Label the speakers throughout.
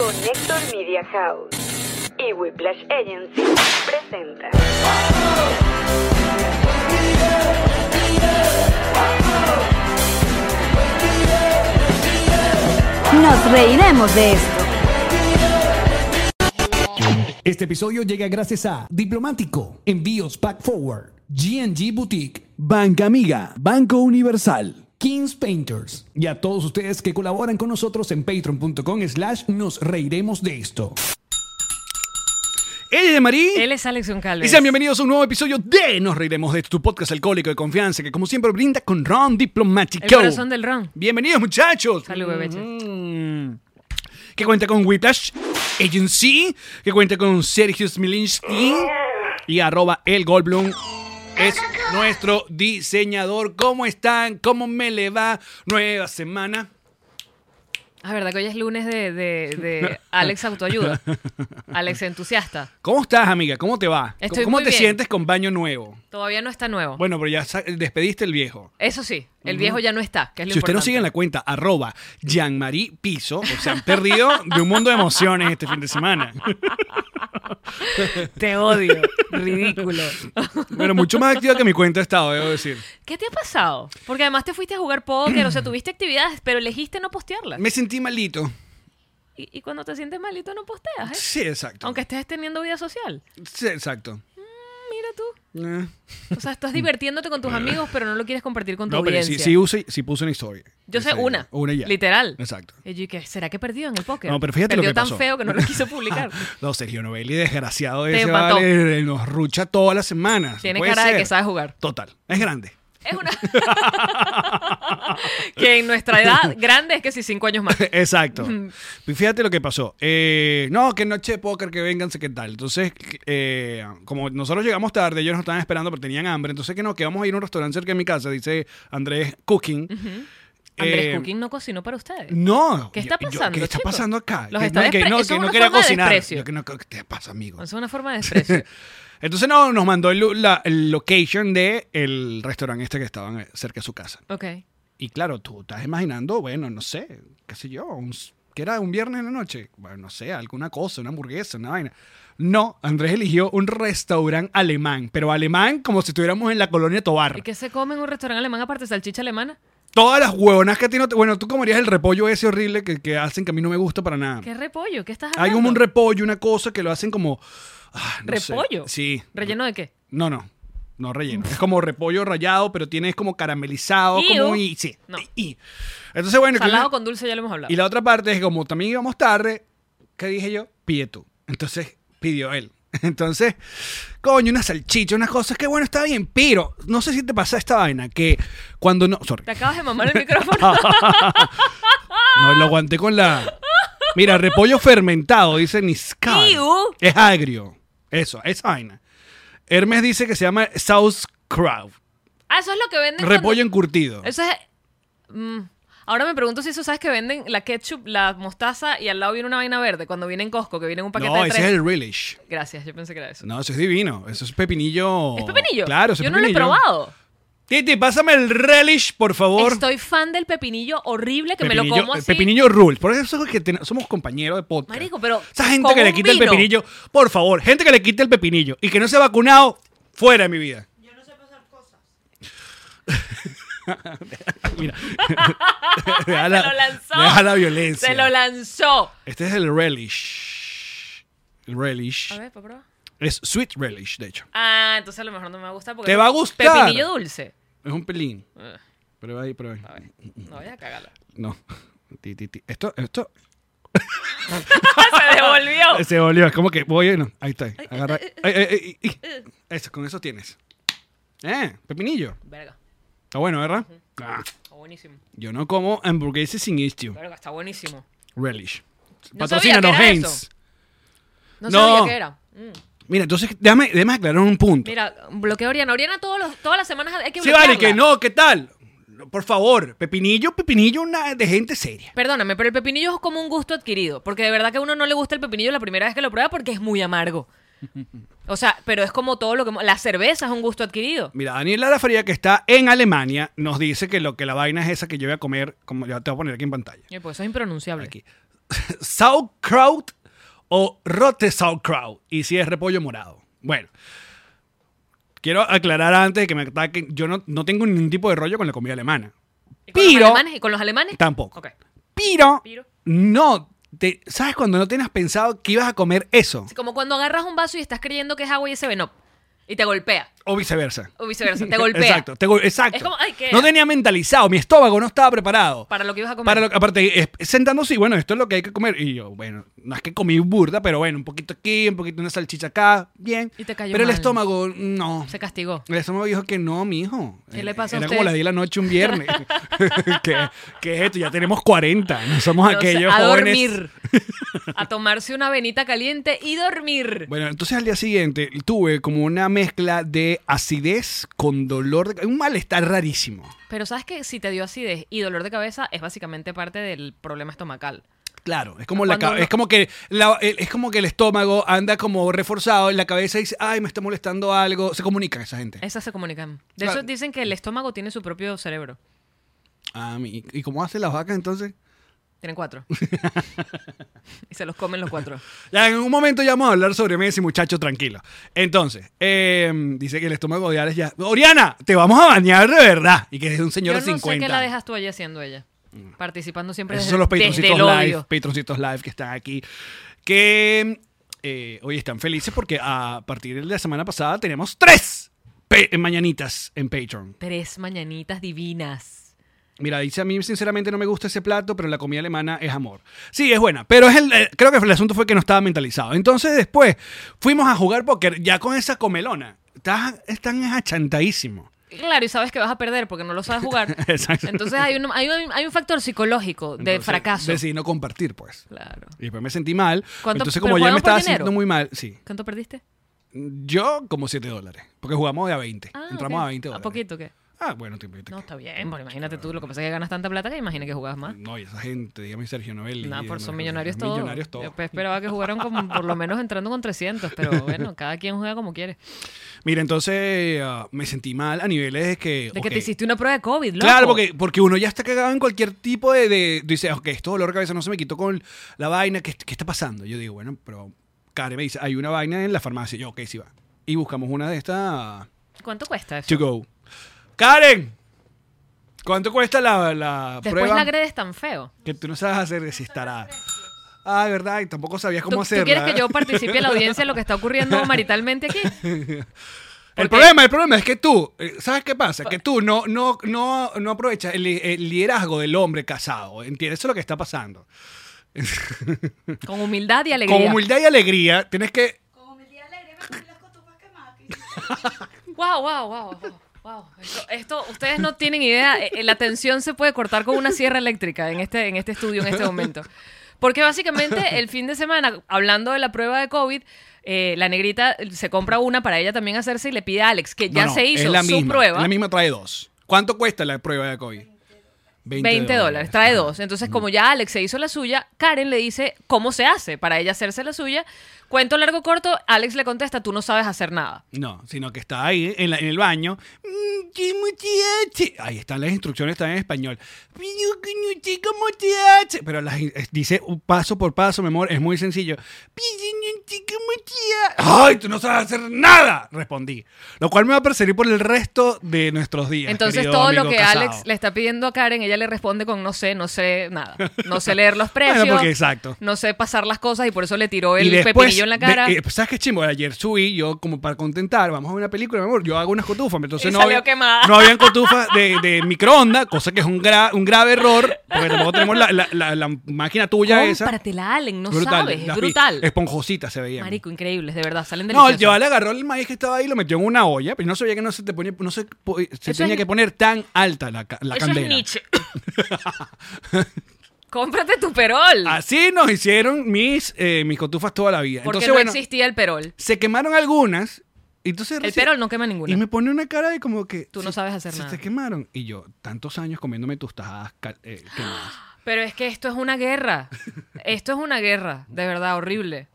Speaker 1: Connector Media House y Whiplash Agency presenta.
Speaker 2: Nos reiremos de esto.
Speaker 3: Este episodio llega gracias a Diplomático, Envíos Pack Forward, GNG Boutique,
Speaker 4: Banca Amiga, Banco Universal.
Speaker 3: Kings Painters y a todos ustedes que colaboran con nosotros en patreon.com slash nos reiremos de esto.
Speaker 4: Ella es de Marí.
Speaker 5: Él es Alex Goncalves.
Speaker 4: Y sean bienvenidos a un nuevo episodio de Nos Reiremos de Esto, tu podcast alcohólico de confianza que como siempre brinda con Ron Diplomático.
Speaker 5: El corazón del ron.
Speaker 4: Bienvenidos muchachos.
Speaker 5: Salud, bebeches.
Speaker 4: Mm. Que cuenta con Whiplash Agency, que cuenta con Sergio Smilinski y arroba el Goldblum. Es nuestro diseñador. ¿Cómo están? ¿Cómo me le va? Nueva semana.
Speaker 5: Ah, verdad que hoy es lunes de, de- de Alex Autoayuda. Alex Entusiasta.
Speaker 4: ¿Cómo estás, amiga? ¿Cómo te va?
Speaker 5: Estoy
Speaker 4: ¿Cómo
Speaker 5: muy
Speaker 4: te
Speaker 5: bien.
Speaker 4: sientes con baño nuevo?
Speaker 5: Todavía no está nuevo.
Speaker 4: Bueno, pero ya sa- despediste el viejo.
Speaker 5: Eso sí, el viejo ya no está, que es lo
Speaker 4: Si usted no sigue en la
Speaker 5: importante.
Speaker 4: cuenta arroba Jean-Marie Piso, o se han perdido de un mundo de emociones este fin de semana.
Speaker 5: Te odio. Ridículo.
Speaker 4: Bueno, mucho más activa que mi cuenta ha estado, debo decir.
Speaker 5: ¿Qué te ha pasado? Porque además te fuiste a jugar póker, o sea, tuviste actividades, pero elegiste no postearlas.
Speaker 4: Me sentí malito.
Speaker 5: Y, y cuando te sientes malito no posteas, ¿eh?
Speaker 4: Sí, exacto.
Speaker 5: Aunque estés teniendo vida social.
Speaker 4: Sí, exacto.
Speaker 5: Mira tú.
Speaker 4: Eh.
Speaker 5: O sea, estás divirtiéndote con tus amigos, pero no lo quieres compartir con tu
Speaker 4: No, pero
Speaker 5: audiencia.
Speaker 4: sí, sí, usé- sí puse una historia.
Speaker 5: Yo sé
Speaker 4: Esa-
Speaker 5: una.
Speaker 4: Una ya.
Speaker 5: Literal.
Speaker 4: Exacto.
Speaker 5: Y yo, ¿y qué? ¿será que perdió en el póker?
Speaker 4: No, pero fíjate
Speaker 5: perdió
Speaker 4: lo que
Speaker 5: tan
Speaker 4: pasó. Ah,
Speaker 5: feo que no lo quiso publicar.
Speaker 4: No, Sergio Novelli, desgraciado
Speaker 5: Te
Speaker 4: ese,
Speaker 5: mató.
Speaker 4: vale, nos rucha todas las semanas.
Speaker 5: Tiene
Speaker 4: Puede
Speaker 5: cara de
Speaker 4: ser.
Speaker 5: que sabe jugar.
Speaker 4: Total, es grande.
Speaker 5: Es una... que en nuestra edad grande es que si cinco años más.
Speaker 4: Exacto. Y Fíjate lo que pasó. Eh, no, que noche de póker, que vénganse, qué tal. Entonces, eh, como nosotros llegamos tarde, ellos nos estaban esperando, pero tenían hambre. Entonces, que no, que vamos a ir a un restaurante cerca de mi casa, dice Andrés Cooking.
Speaker 5: Andrés
Speaker 4: Eh,
Speaker 5: Cooking no cocinó para ustedes.
Speaker 4: No.
Speaker 5: ¿Qué está
Speaker 4: Yo- yo-
Speaker 5: pasando,
Speaker 4: ¿Qué está
Speaker 5: chico?
Speaker 4: pasando acá?
Speaker 5: Los
Speaker 4: que,
Speaker 5: está
Speaker 4: no, que,
Speaker 5: despre-
Speaker 4: no,
Speaker 5: eso
Speaker 4: que
Speaker 5: es
Speaker 4: no
Speaker 5: una
Speaker 4: quería
Speaker 5: forma de
Speaker 4: cocinar.
Speaker 5: desprecio.
Speaker 4: Yo que no- ¿Qué te pasa, amigo?
Speaker 5: Es una forma de desprecio.
Speaker 4: Entonces, no, nos mandó el, lu- la, el location de el restaurante este que estaban eh, cerca de su casa.
Speaker 5: ok.
Speaker 4: Y claro, tú estás imaginando, bueno, no sé, qué sé yo, un, s- que era un viernes en la noche, bueno, no sé, alguna cosa, una hamburguesa, una vaina. No, Andrés eligió un restaurante alemán, pero alemán como si estuviéramos en la colonia Tobar.
Speaker 5: ¿Y qué se come en un restaurante alemán aparte de salchicha alemana?
Speaker 4: Todas las huevonas que a ti no te... Bueno, tú comerías el repollo ese horrible que, que hacen que a mí no me gusta para nada.
Speaker 5: ¿Qué repollo? ¿Qué estás
Speaker 4: Hay
Speaker 5: hablando?
Speaker 4: como un repollo, una cosa que lo hacen como... ah, no sé.
Speaker 5: repollo.
Speaker 4: Sí.
Speaker 5: ¿Relleno de qué?
Speaker 4: No, no. No relleno. Es como repollo rallado, pero tienes como caramelizado, como...
Speaker 5: Iu.
Speaker 4: Y, sí.
Speaker 5: No.
Speaker 4: y- Entonces, bueno... que
Speaker 5: Salado
Speaker 4: una-
Speaker 5: con dulce, ya lo hemos hablado.
Speaker 4: Y la otra parte es como también íbamos tarde, ¿qué dije yo? Pide tú. Entonces pidió él. Entonces, coño, una salchicha, unas cosas que bueno, está bien, pero no sé si te pasa esta vaina que cuando no. Sorry.
Speaker 5: Te acabas de mamar el micrófono.
Speaker 4: Ah. No lo aguanté con la. Mira, repollo fermentado, dice Niscal.
Speaker 5: Iu.
Speaker 4: Es agrio. Eso, es vaina. Hermes dice que se llama sauerkraut.
Speaker 5: ah, eso es lo que venden. cuando-
Speaker 4: Repollo encurtido.
Speaker 5: Eso es. mm, ahora me pregunto si eso sabes que venden la ketchup, la mostaza y al lado viene una vaina verde cuando viene en Costco, que viene en un paquete
Speaker 4: No,
Speaker 5: de
Speaker 4: ese
Speaker 5: tres.
Speaker 4: es el relish.
Speaker 5: Gracias, yo pensé que era eso.
Speaker 4: No, eso es divino. Eso es pepinillo.
Speaker 5: ¿Es pepinillo?
Speaker 4: Claro, eso
Speaker 5: Yo
Speaker 4: es
Speaker 5: no lo he
Speaker 4: pepinillo.
Speaker 5: probado.
Speaker 4: Titi, pásame el relish, por favor.
Speaker 5: Estoy fan del pepinillo horrible que me lo como así.
Speaker 4: Pepinillo Rules. Por eso es que ten- somos compañeros de podcast.
Speaker 5: Marico, pero
Speaker 4: Esa gente
Speaker 5: con
Speaker 4: que le
Speaker 5: un
Speaker 4: quita el
Speaker 5: vino.
Speaker 4: pepinillo, por favor, gente que le quite el pepinillo y que no se ha vacunado, fuera de mi vida. Yo no sé pasar cosas. Mira. deja,
Speaker 5: Se lo lanzó.
Speaker 4: deja la violencia.
Speaker 5: Se lo lanzó.
Speaker 4: este es el relish. El relish.
Speaker 5: A ver, ¿puedo probar?
Speaker 4: Es sweet relish, de hecho.
Speaker 5: Ah, entonces a lo mejor no me va a gustar porque
Speaker 4: Te
Speaker 5: es
Speaker 4: va a
Speaker 5: un
Speaker 4: gustar. Mm.
Speaker 5: Pepinillo dulce.
Speaker 4: Es un pelín.
Speaker 5: Ah,
Speaker 4: Prueba ahí, prueba ahí.
Speaker 5: a ver, no voy a cagarla.
Speaker 4: No. Ti, ti, ti. Esto, esto
Speaker 5: Se devolvió.
Speaker 4: Se volvió, es como que voy no. Ahí está. Agarra. Ay, ay, ay, ay, ay. Eso, con eso tienes. Eh, pepinillo.
Speaker 5: Verga,
Speaker 4: Está bueno, ¿verdad? Ah,
Speaker 5: está buenísimo.
Speaker 4: yo no como hamburguesas sin istio.
Speaker 5: Verga, está buenísimo.
Speaker 4: Relish.
Speaker 5: No sabía que
Speaker 4: Patrocínanos,
Speaker 5: era
Speaker 4: Heinz.
Speaker 5: eso. No,
Speaker 4: No.
Speaker 5: sabía qué era. Mm.
Speaker 4: Mira, entonces, déjame, déjame aclarar un punto.
Speaker 5: Mira, bloquea a Oriana. Oriana todos los- todas las semanas hay que
Speaker 4: sí, vale, que
Speaker 5: bloquearla.
Speaker 4: no, ¿qué tal? Por favor, pepinillo, pepinillo una de gente seria.
Speaker 5: Perdóname, pero el pepinillo es como un gusto adquirido. Porque de verdad que a uno no le gusta el pepinillo la primera vez que lo prueba porque es muy amargo. O sea, pero es como todo lo que. La cerveza es un gusto adquirido.
Speaker 4: Mira, Daniel Lara Faría, que está en Alemania, nos dice que lo que la vaina es esa que yo voy a comer, como ya te voy a poner aquí en pantalla.
Speaker 5: Y pues eso es impronunciable.
Speaker 4: Aquí. sauerkraut o rote sauerkraut. Y si es repollo morado. Bueno, quiero aclarar antes de que me ataquen. Yo no, no tengo ningún tipo de rollo con la comida alemana.
Speaker 5: ¿Y con los
Speaker 4: Pero-
Speaker 5: alemanes? ¿Y con los alemanes?
Speaker 4: Tampoco.
Speaker 5: Ok.
Speaker 4: Pero,
Speaker 5: Pero.
Speaker 4: no. te- ¿Sabes cuando no tenías pensado que ibas a comer eso?
Speaker 5: Es como cuando agarras un vaso y estás creyendo que es agua y es 7 Y te golpea.
Speaker 4: O viceversa.
Speaker 5: O viceversa. Te golpea.
Speaker 4: Exacto. te go- exacto.
Speaker 5: Es como, ay, ¿qué?
Speaker 4: No tenía mentalizado. Mi estómago no estaba preparado.
Speaker 5: Para lo que ibas a comer.
Speaker 4: Para lo que- aparte, es- sentándose y bueno, esto es lo que hay que comer. Y yo, bueno, no es que comí burda, pero bueno, un poquito aquí, un poquito una salchicha acá, bien.
Speaker 5: Y te cayó
Speaker 4: pero el
Speaker 5: mal.
Speaker 4: estómago, no.
Speaker 5: Se castigó.
Speaker 4: El estómago dijo que no, mijo.
Speaker 5: ¿Qué le pasa a
Speaker 4: Era
Speaker 5: usted?
Speaker 4: como las 10 de la noche un viernes. ¿Qué, qué es esto? Ya tenemos 40. No somos
Speaker 5: Entonces,
Speaker 4: aquellos
Speaker 5: a
Speaker 4: jóvenes.
Speaker 5: dormir. a tomarse una venita caliente y dormir.
Speaker 4: Bueno, entonces al día siguiente tuve como una mezcla de acidez con dolor, de, un malestar rarísimo.
Speaker 5: Pero sabes que si te dio acidez y dolor de cabeza es básicamente parte del problema estomacal.
Speaker 4: Claro, es como, la,
Speaker 5: Cuando
Speaker 4: ca-
Speaker 5: uno-
Speaker 4: es, como que la- el- es como que el estómago anda como reforzado en la cabeza y dice, ay, me está molestando algo. Se comunican esa gente.
Speaker 5: Esas se comunican. De
Speaker 4: Claro.
Speaker 5: eso dicen que el estómago tiene su propio cerebro.
Speaker 4: Ah, mi- ¿Y cómo hacen las vacas entonces?
Speaker 5: Tienen cuatro. y se los comen los cuatro.
Speaker 4: Ya, en un momento ya vamos a hablar sobre Messi, muchacho, tranquilo. Entonces, eh, dice que el estómago de Ares ya... Oriana, te vamos a bañar de verdad. Y que es un señor
Speaker 5: Yo no
Speaker 4: de 50.
Speaker 5: sé qué la dejas tú allí haciendo ella. Participando siempre
Speaker 4: Mm. Esos
Speaker 5: desde,
Speaker 4: son los
Speaker 5: desde
Speaker 4: patroncitos
Speaker 5: el
Speaker 4: live,
Speaker 5: odio.
Speaker 4: patroncitos live que están aquí. Que eh, hoy están felices porque a partir de la semana pasada tenemos tres pe- mañanitas en Patreon.
Speaker 5: Tres mañanitas divinas.
Speaker 4: Mira, dice a mí sinceramente no me gusta ese plato, pero la comida alemana es amor. Sí, es buena, pero es el, eh, creo que el asunto fue que no estaba mentalizado. Entonces después fuimos a jugar póker ya con esa comelona. Estás- Están achantadísimos.
Speaker 5: Claro, y sabes que vas a perder porque no lo sabes jugar.
Speaker 4: Exacto.
Speaker 5: Entonces hay un, hay un, hay un factor psicológico de
Speaker 4: Entonces,
Speaker 5: fracaso.
Speaker 4: Decidí no compartir, pues.
Speaker 5: Claro.
Speaker 4: Y después me sentí mal.
Speaker 5: ¿Cuánto-
Speaker 4: Entonces
Speaker 5: pero
Speaker 4: como ya
Speaker 5: juegan
Speaker 4: me
Speaker 5: por
Speaker 4: estaba
Speaker 5: dinero?
Speaker 4: sintiendo muy mal, sí.
Speaker 5: ¿Cuánto perdiste?
Speaker 4: Yo como 7 dólares, porque jugamos de a 20.
Speaker 5: Ah,
Speaker 4: Entramos
Speaker 5: ok.
Speaker 4: a 20 dólares.
Speaker 5: ¿A poquito qué?
Speaker 4: Ah, bueno, te invito.
Speaker 5: No, está bien. Bueno, imagínate tú, lo que pasa es que ganas tanta plata que imagina que jugabas más.
Speaker 4: No, y esa gente, dígame Sergio Noel.
Speaker 5: No,
Speaker 4: y
Speaker 5: por
Speaker 4: demás
Speaker 5: son
Speaker 4: cosas.
Speaker 5: millonarios todos.
Speaker 4: Millonarios todos.
Speaker 5: Yo pe- esperaba que jugaran con, por lo menos entrando con 300, pero bueno, cada quien juega como quiere.
Speaker 4: Mira, entonces ah, me sentí mal a niveles de que...
Speaker 5: De que
Speaker 4: ok,
Speaker 5: te hiciste una prueba de COVID, loco.
Speaker 4: Claro, porque, porque uno ya está cagado en cualquier tipo de, de- Dice, ok, esto dolor de cabeza no se me quitó con la vaina. ¿Qué, qué está pasando? Yo digo, bueno, pero... Karen me dice, hay una vaina en la farmacia. Yo, ok, sí va. Y buscamos una de estas...
Speaker 5: ¿Cuánto cuesta eso?
Speaker 4: To go. Karen, ¿cuánto cuesta la, la
Speaker 5: Después
Speaker 4: prueba?
Speaker 5: la agredes tan feo.
Speaker 4: Que tú no sabes hacer de si estará. Ah, de verdad, y tampoco sabías
Speaker 5: ¿Tú,
Speaker 4: cómo
Speaker 5: tú
Speaker 4: hacerla. ¿eh?
Speaker 5: quieres que yo participe en la audiencia en lo que está ocurriendo maritalmente aquí?
Speaker 4: El
Speaker 5: Porque-
Speaker 4: problema, el problema es que tú, eh, ¿sabes qué pasa? Que tú no, no, no, no aprovechas el, li- el liderazgo del hombre casado. ¿Entiendes? Eso es lo que está pasando.
Speaker 5: Con humildad y alegría.
Speaker 4: Con humildad y alegría, tienes que.
Speaker 5: Wow, wow, wow, wow. wow. Esto, esto- ustedes no tienen idea. eh, La tensión se puede cortar con una sierra eléctrica en este, en este estudio, en este momento. Porque básicamente el fin de semana, hablando de la prueba de COVID, eh, la negrita eh, se compra una para ella también hacerse y le pide a Alex, que ya
Speaker 4: No, no,
Speaker 5: se hizo
Speaker 4: es la
Speaker 5: su
Speaker 4: misma,
Speaker 5: prueba,
Speaker 4: es La misma trae dos. ¿Cuánto cuesta la prueba de COVID?
Speaker 5: 20, dólares, trae dos. Entonces, como ya Alex se hizo la suya, Karen le dice cómo se hace para ella hacerse la suya. Cuento largo corto, Alex le contesta, tú no sabes hacer nada.
Speaker 4: No, sino que está ahí en, la- en el baño. Mm, ¿qué muchacho? Ahí están las instrucciones, están en español. Pero que no sé cómo se hace. Pero las in- es- dice un paso por paso, mi amor, es muy sencillo. Pero no sé cómo se hace. ¡Ay, tú no sabes hacer nada! Respondí. Lo cual me va a perseguir por el resto de nuestros días.
Speaker 5: Entonces
Speaker 4: querido
Speaker 5: todo lo
Speaker 4: amigo
Speaker 5: que
Speaker 4: casado.
Speaker 5: Alex le está pidiendo a Karen, ella le responde con no sé, no sé nada. No sé leer los precios.
Speaker 4: Bueno, porque exacto.
Speaker 5: No sé pasar las cosas y por eso le tiró
Speaker 4: Y
Speaker 5: el
Speaker 4: después
Speaker 5: pepinillo en la
Speaker 4: de-
Speaker 5: cara.
Speaker 4: eh, ¿Sabes qué chimbo? Ayer subí yo como para contentar, vamos a ver una película, mi amor, yo hago unas cotufas, entonces
Speaker 5: Y
Speaker 4: no,
Speaker 5: salió
Speaker 4: había,
Speaker 5: quemada.
Speaker 4: no habían cotufas de, de microondas, cosa que es un, gra- un grave error, porque tampoco tenemos la, la- la- la máquina tuya esa.
Speaker 5: Cómpratela, Allen, no sabes, es
Speaker 4: las vi,
Speaker 5: brutal.
Speaker 4: Esponjosita se veía.
Speaker 5: Marico, increíbles, de verdad, salen
Speaker 4: No,
Speaker 5: deliciosos.
Speaker 4: yo le agarró el maíz que estaba ahí y lo metió en una olla, pero no sabía que no se te ponía, no se, po- se
Speaker 5: Eso
Speaker 4: tenía
Speaker 5: es-
Speaker 4: que poner tan alta la, ca- la
Speaker 5: Eso
Speaker 4: candela.
Speaker 5: es Nietzsche. Cómprate tu perol.
Speaker 4: Así nos hicieron mis, eh, mis cotufas toda la vida.
Speaker 5: porque
Speaker 4: Entonces,
Speaker 5: no
Speaker 4: bueno,
Speaker 5: existía el perol.
Speaker 4: se quemaron algunas. Entonces
Speaker 5: El
Speaker 4: recién-
Speaker 5: perol no quema ninguna.
Speaker 4: Y me pone una cara de como que.
Speaker 5: Tú no sabes hacer
Speaker 4: se
Speaker 5: nada.
Speaker 4: te quemaron. Y yo, tantos años comiéndome tus tajadas cal- eh, quemadas.
Speaker 5: Pero es que esto es una guerra. Esto es una guerra, de verdad, horrible.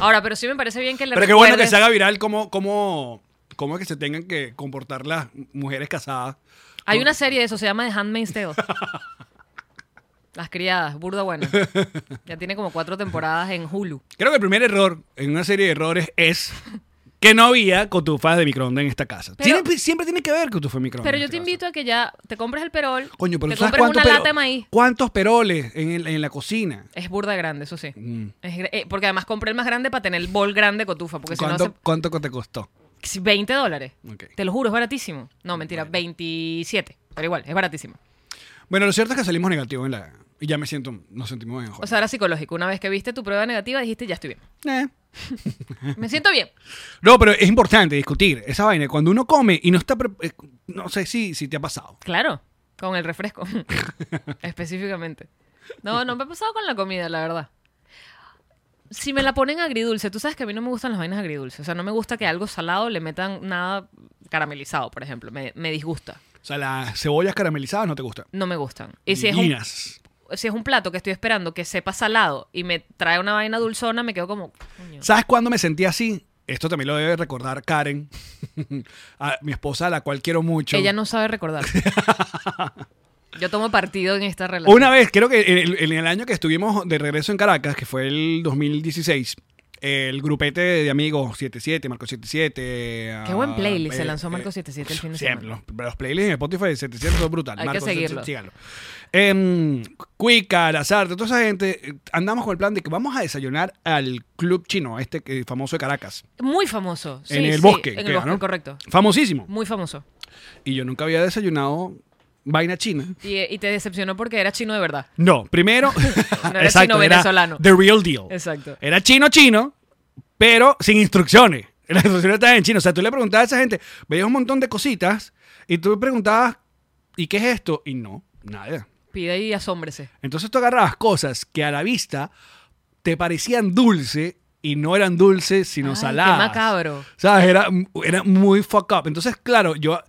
Speaker 5: Ahora, pero sí me parece bien que le
Speaker 4: Pero qué bueno que
Speaker 5: recuerdes-
Speaker 4: se haga viral cómo, cómo, cómo es que se tengan que comportar las mujeres casadas.
Speaker 5: Hay una serie de eso, se llama The Handmaid's Tale. Las criadas, burda buena. Ya tiene como cuatro temporadas en Hulu.
Speaker 4: Creo que el primer error en una serie de errores es que no había cotufas de microondas en esta casa.
Speaker 5: Pero-
Speaker 4: Tiene- siempre tiene que haber cotufa de microondas.
Speaker 5: Pero
Speaker 4: en
Speaker 5: yo
Speaker 4: esta
Speaker 5: te
Speaker 4: casa.
Speaker 5: invito a que ya te compres el perol,
Speaker 4: Coño, pero
Speaker 5: te
Speaker 4: ¿tú ¿sabes
Speaker 5: compres
Speaker 4: cuántos,
Speaker 5: una
Speaker 4: pero-
Speaker 5: lata de maíz.
Speaker 4: cuántos peroles en, el- en la cocina?
Speaker 5: Es burda grande, eso sí.
Speaker 4: Mm.
Speaker 5: Es gra- eh, porque además compré el más grande para tener el bol grande de cotufa, porque si no
Speaker 4: ¿Cuánto,
Speaker 5: hace
Speaker 4: ¿Cuánto te costó?
Speaker 5: si 20 dólares.
Speaker 4: Ok.
Speaker 5: Te lo juro, es baratísimo. No, mentira, 27. Pero igual, es baratísimo.
Speaker 4: Bueno, lo cierto es que salimos negativos en la... Y ya me siento... Nos sentimos mejor.
Speaker 5: O sea, era psicológico. Una vez que viste tu prueba negativa, dijiste, ya estoy bien.
Speaker 4: Eh.
Speaker 5: Me siento bien.
Speaker 4: No, pero es importante discutir esa vaina. Cuando uno come y no está... pre- eh, No sé si, si te ha pasado.
Speaker 5: Claro, con el refresco. Específicamente. No, no me ha pasado con la comida, la verdad. Si me la ponen agridulce, tú sabes que a mí no me gustan las vainas agridulces. O sea, no me gusta que algo salado le metan nada caramelizado, por ejemplo. Me, me disgusta.
Speaker 4: O sea, las cebollas caramelizadas no te gustan.
Speaker 5: No me gustan. Y si es, un,
Speaker 4: Guinas.
Speaker 5: si es un plato que estoy esperando que sepa salado y me trae una vaina dulzona, me quedo como... "Coño".
Speaker 4: ¿Sabes cuándo me sentí así? Esto también lo debe recordar Karen, a mi esposa, a la cual quiero mucho.
Speaker 5: Ella no sabe recordar. Yo tomo partido en esta relación.
Speaker 4: Una vez, creo que en el, en el año que estuvimos de regreso en Caracas, que fue el 2016, el grupete de amigos 77, Marco 77.
Speaker 5: Qué
Speaker 4: ah,
Speaker 5: buen playlist se
Speaker 4: eh,
Speaker 5: lanzó Marco
Speaker 4: eh,
Speaker 5: 77 el fin de
Speaker 4: siempre,
Speaker 5: semana.
Speaker 4: Los, los playlists en Spotify de 77 son brutales.
Speaker 5: Hay que
Speaker 4: Marco,
Speaker 5: seguirlo.
Speaker 4: sí- síganlo. Em, Cuica, Lazarte, toda esa gente, eh, andamos con el plan de que vamos a desayunar al club chino, este que- famoso de Caracas.
Speaker 5: Muy famoso. Sí,
Speaker 4: en el
Speaker 5: sí,
Speaker 4: bosque.
Speaker 5: En el
Speaker 4: creo,
Speaker 5: bosque,
Speaker 4: ¿no?
Speaker 5: correcto.
Speaker 4: Famosísimo.
Speaker 5: Muy famoso.
Speaker 4: Y yo nunca había desayunado vaina china.
Speaker 5: Y, y te decepcionó porque era chino de verdad.
Speaker 4: No, primero.
Speaker 5: era chino venezolano.
Speaker 4: The real deal.
Speaker 5: Exacto.
Speaker 4: Era chino chino, pero sin instrucciones. Las instrucciones estaban en chino. O sea, tú le preguntabas a esa gente, veías un montón de cositas y tú preguntabas, ¿y qué es esto? Y no, nada.
Speaker 5: Pide y asómbrese.
Speaker 4: Entonces tú agarrabas cosas que a la vista te parecían dulce y no eran dulces, sino
Speaker 5: Ay, qué
Speaker 4: saladas.
Speaker 5: macabro.
Speaker 4: ¿Sabes? Era, era muy fuck up. Entonces, claro, yo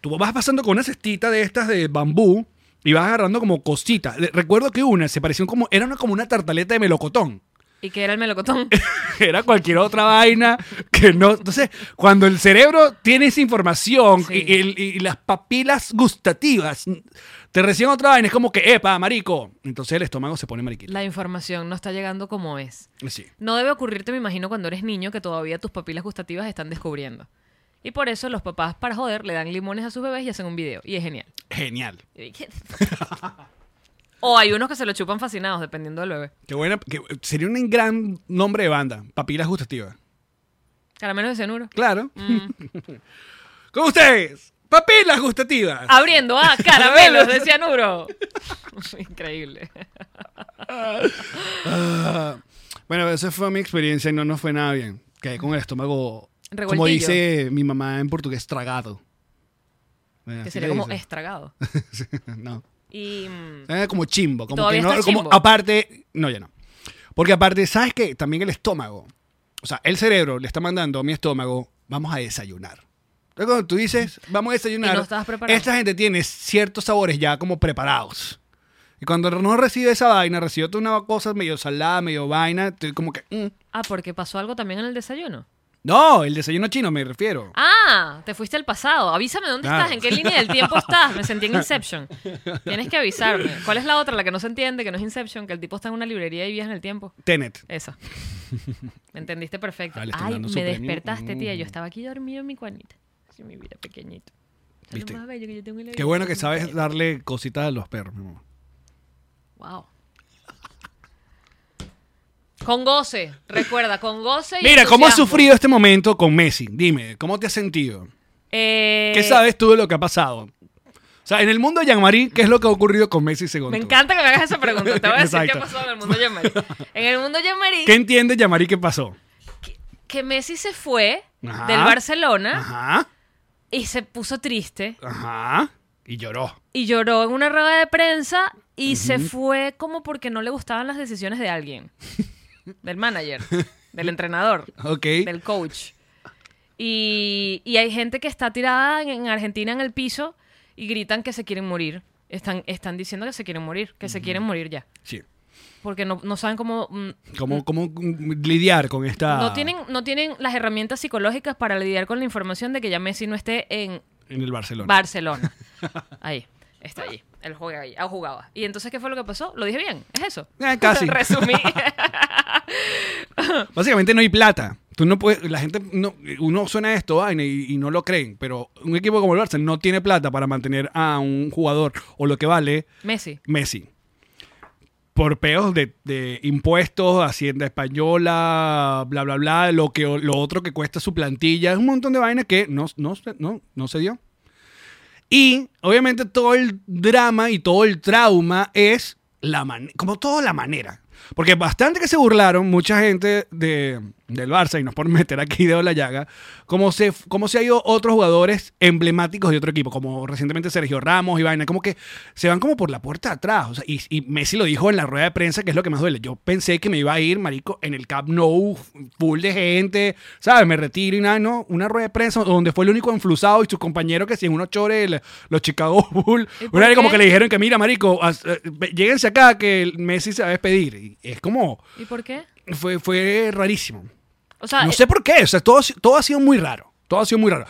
Speaker 4: tú vas pasando con una cestita de estas de bambú y vas agarrando como cositas. Le- Recuerdo que una se parecía como era una como una tartaleta de melocotón.
Speaker 5: ¿Y que era el melocotón?
Speaker 4: Era cualquier otra vaina que no. Entonces, cuando el cerebro tiene esa información
Speaker 5: Sí.
Speaker 4: y, y- y las papilas gustativas te reciben otra vaina, es como que, epa, marico. Entonces el estómago se pone mariquito.
Speaker 5: La información no está llegando como es.
Speaker 4: Sí.
Speaker 5: No debe ocurrirte, me imagino, cuando eres niño que todavía tus papilas gustativas están descubriendo. Y por eso los papás, para joder, le dan limones a sus bebés y hacen un video. Y es genial.
Speaker 4: Genial.
Speaker 5: Y- o hay unos que se lo chupan fascinados, dependiendo del bebé.
Speaker 4: Qué buena. qué- sería un gran nombre de banda. Papilas gustativas.
Speaker 5: Caramelo de cenuro.
Speaker 4: Claro. Con ustedes, papilas gustativas.
Speaker 5: Abriendo a caramelos de cianuro. Increíble.
Speaker 4: Bueno, esa fue mi experiencia y no nos fue nada bien. Quedé con el estómago, como
Speaker 5: Revueltillo.
Speaker 4: dice mi mamá en portugués, tragado. Bueno,
Speaker 5: Que
Speaker 4: así
Speaker 5: sería
Speaker 4: le
Speaker 5: como
Speaker 4: dice.
Speaker 5: estragado.
Speaker 4: Sí, no.
Speaker 5: Y mm,
Speaker 4: Era como chimbo. Como
Speaker 5: Todavía
Speaker 4: que no-
Speaker 5: está
Speaker 4: como-
Speaker 5: chimbo.
Speaker 4: aparte, no, ya no. Porque aparte, ¿sabes qué? También el estómago. O sea, el cerebro le está mandando a mi estómago, vamos a desayunar. Entonces, cuando tú dices, vamos a desayunar,
Speaker 5: Y no estabas preparado.
Speaker 4: esta gente tiene ciertos sabores ya como preparados. Y cuando no recibe esa vaina, recibe toda una cosa medio salada, medio vaina, estoy como que... mm.
Speaker 5: Ah, porque pasó algo también en el desayuno.
Speaker 4: No, el desayuno chino me refiero.
Speaker 5: Ah, te fuiste al pasado. Avísame dónde
Speaker 4: Claro.
Speaker 5: estás, en qué línea del tiempo estás. Me sentí en Inception. Tienes que avisarme. ¿Cuál es la otra, la que no se entiende, que no es Inception, que el tipo está en una librería y viaja en el tiempo?
Speaker 4: Tenet.
Speaker 5: Esa. Me entendiste perfecto.
Speaker 4: Ah, le están
Speaker 5: Ay,
Speaker 4: dando
Speaker 5: me
Speaker 4: su premio.
Speaker 5: despertaste, tía. Yo
Speaker 4: Mm.
Speaker 5: estaba aquí dormido en mi cuanita. Sí, mi vida pequeñito. Eso es lo
Speaker 4: Viste.
Speaker 5: más bello que yo tengo en la
Speaker 4: Qué
Speaker 5: vida,
Speaker 4: bueno que
Speaker 5: mi
Speaker 4: sabes
Speaker 5: cuanito.
Speaker 4: darle cositas a los perros, mi amor.
Speaker 5: Wow. Con goce, recuerda, con goce y
Speaker 4: Mira, ¿cómo has
Speaker 5: entusiasmo.
Speaker 4: sufrido este momento con Messi? Dime, ¿cómo te has sentido?
Speaker 5: Eh,
Speaker 4: ¿Qué sabes tú de lo que ha pasado? O sea, en el mundo de Jean-Marie, ¿qué es lo que ha ocurrido con Messi según
Speaker 5: Me
Speaker 4: tú?
Speaker 5: encanta que me hagas esa pregunta. Te voy a decir qué
Speaker 4: Exacto.
Speaker 5: pasó en el mundo Yamari. En el mundo Yamari,
Speaker 4: ¿Qué entiende Jean-Marie que pasó?
Speaker 5: que Messi se fue
Speaker 4: Ajá.
Speaker 5: del Barcelona
Speaker 4: Ajá,
Speaker 5: y se puso triste
Speaker 4: ajá. Y lloró.
Speaker 5: y lloró en una rueda de prensa y se fue como porque no le gustaban las decisiones de alguien. Del manager, del entrenador.
Speaker 4: Ok.
Speaker 5: del coach. Y, y hay gente que está tirada en, en Argentina en el piso y gritan que se quieren morir. Están, están diciendo que se quieren morir, que se quieren morir ya.
Speaker 4: Sí.
Speaker 5: Porque no, no saben cómo... mm,
Speaker 4: ¿Cómo, cómo mm, lidiar con esta...
Speaker 5: No, tienen, no tienen las herramientas psicológicas para lidiar con la información de que ya Messi no esté en
Speaker 4: En el Barcelona.
Speaker 5: Barcelona. Ahí, está allí. Él juega ahí, ah, jugaba. ¿Y entonces qué fue lo que pasó? ¿Lo dije bien? ¿Es eso?
Speaker 4: Eh, casi.
Speaker 5: Resumí.
Speaker 4: Básicamente no hay plata. Tú no puedes, la gente, no, uno suena esto vaina, y, y no lo creen, pero un equipo como el Barça no tiene plata para mantener a un jugador o lo que vale
Speaker 5: Messi.
Speaker 4: Messi. Por peos de, de impuestos, Hacienda Española, bla, bla, bla, lo, que, lo otro que cuesta su plantilla, es un montón de vainas que no, no, se- no, no se dio. Y obviamente todo el drama y todo el trauma es la man como toda la manera. Porque bastante que se burlaron mucha gente de, del Barça, y no es por meter aquí dedo en la llaga, como se, como se ha ido otros jugadores emblemáticos de otro equipo, como recientemente Sergio Ramos y Vaina, como que se van como por la puerta de atrás. O sea, y, y Messi lo dijo en la rueda de prensa, que es lo que más duele. Yo pensé que me iba a ir, marico, en el Camp Nou, full de gente, ¿sabes? Me retiro y nada, no. Una rueda de prensa donde fue el único enflusado y sus compañeros que si en unos chores, el- los Chicago Bulls,
Speaker 5: ¿Y por
Speaker 4: una vez como
Speaker 5: qué?
Speaker 4: que le dijeron que mira, marico, as- eh, ve- lléguense acá que el Messi se va a despedir. Y es como,
Speaker 5: ¿Y por qué?
Speaker 4: fue, fue rarísimo.
Speaker 5: O sea,
Speaker 4: No
Speaker 5: eh,
Speaker 4: sé por qué, o sea, todo, ha si- todo ha sido muy raro. Todo ha sido muy raro.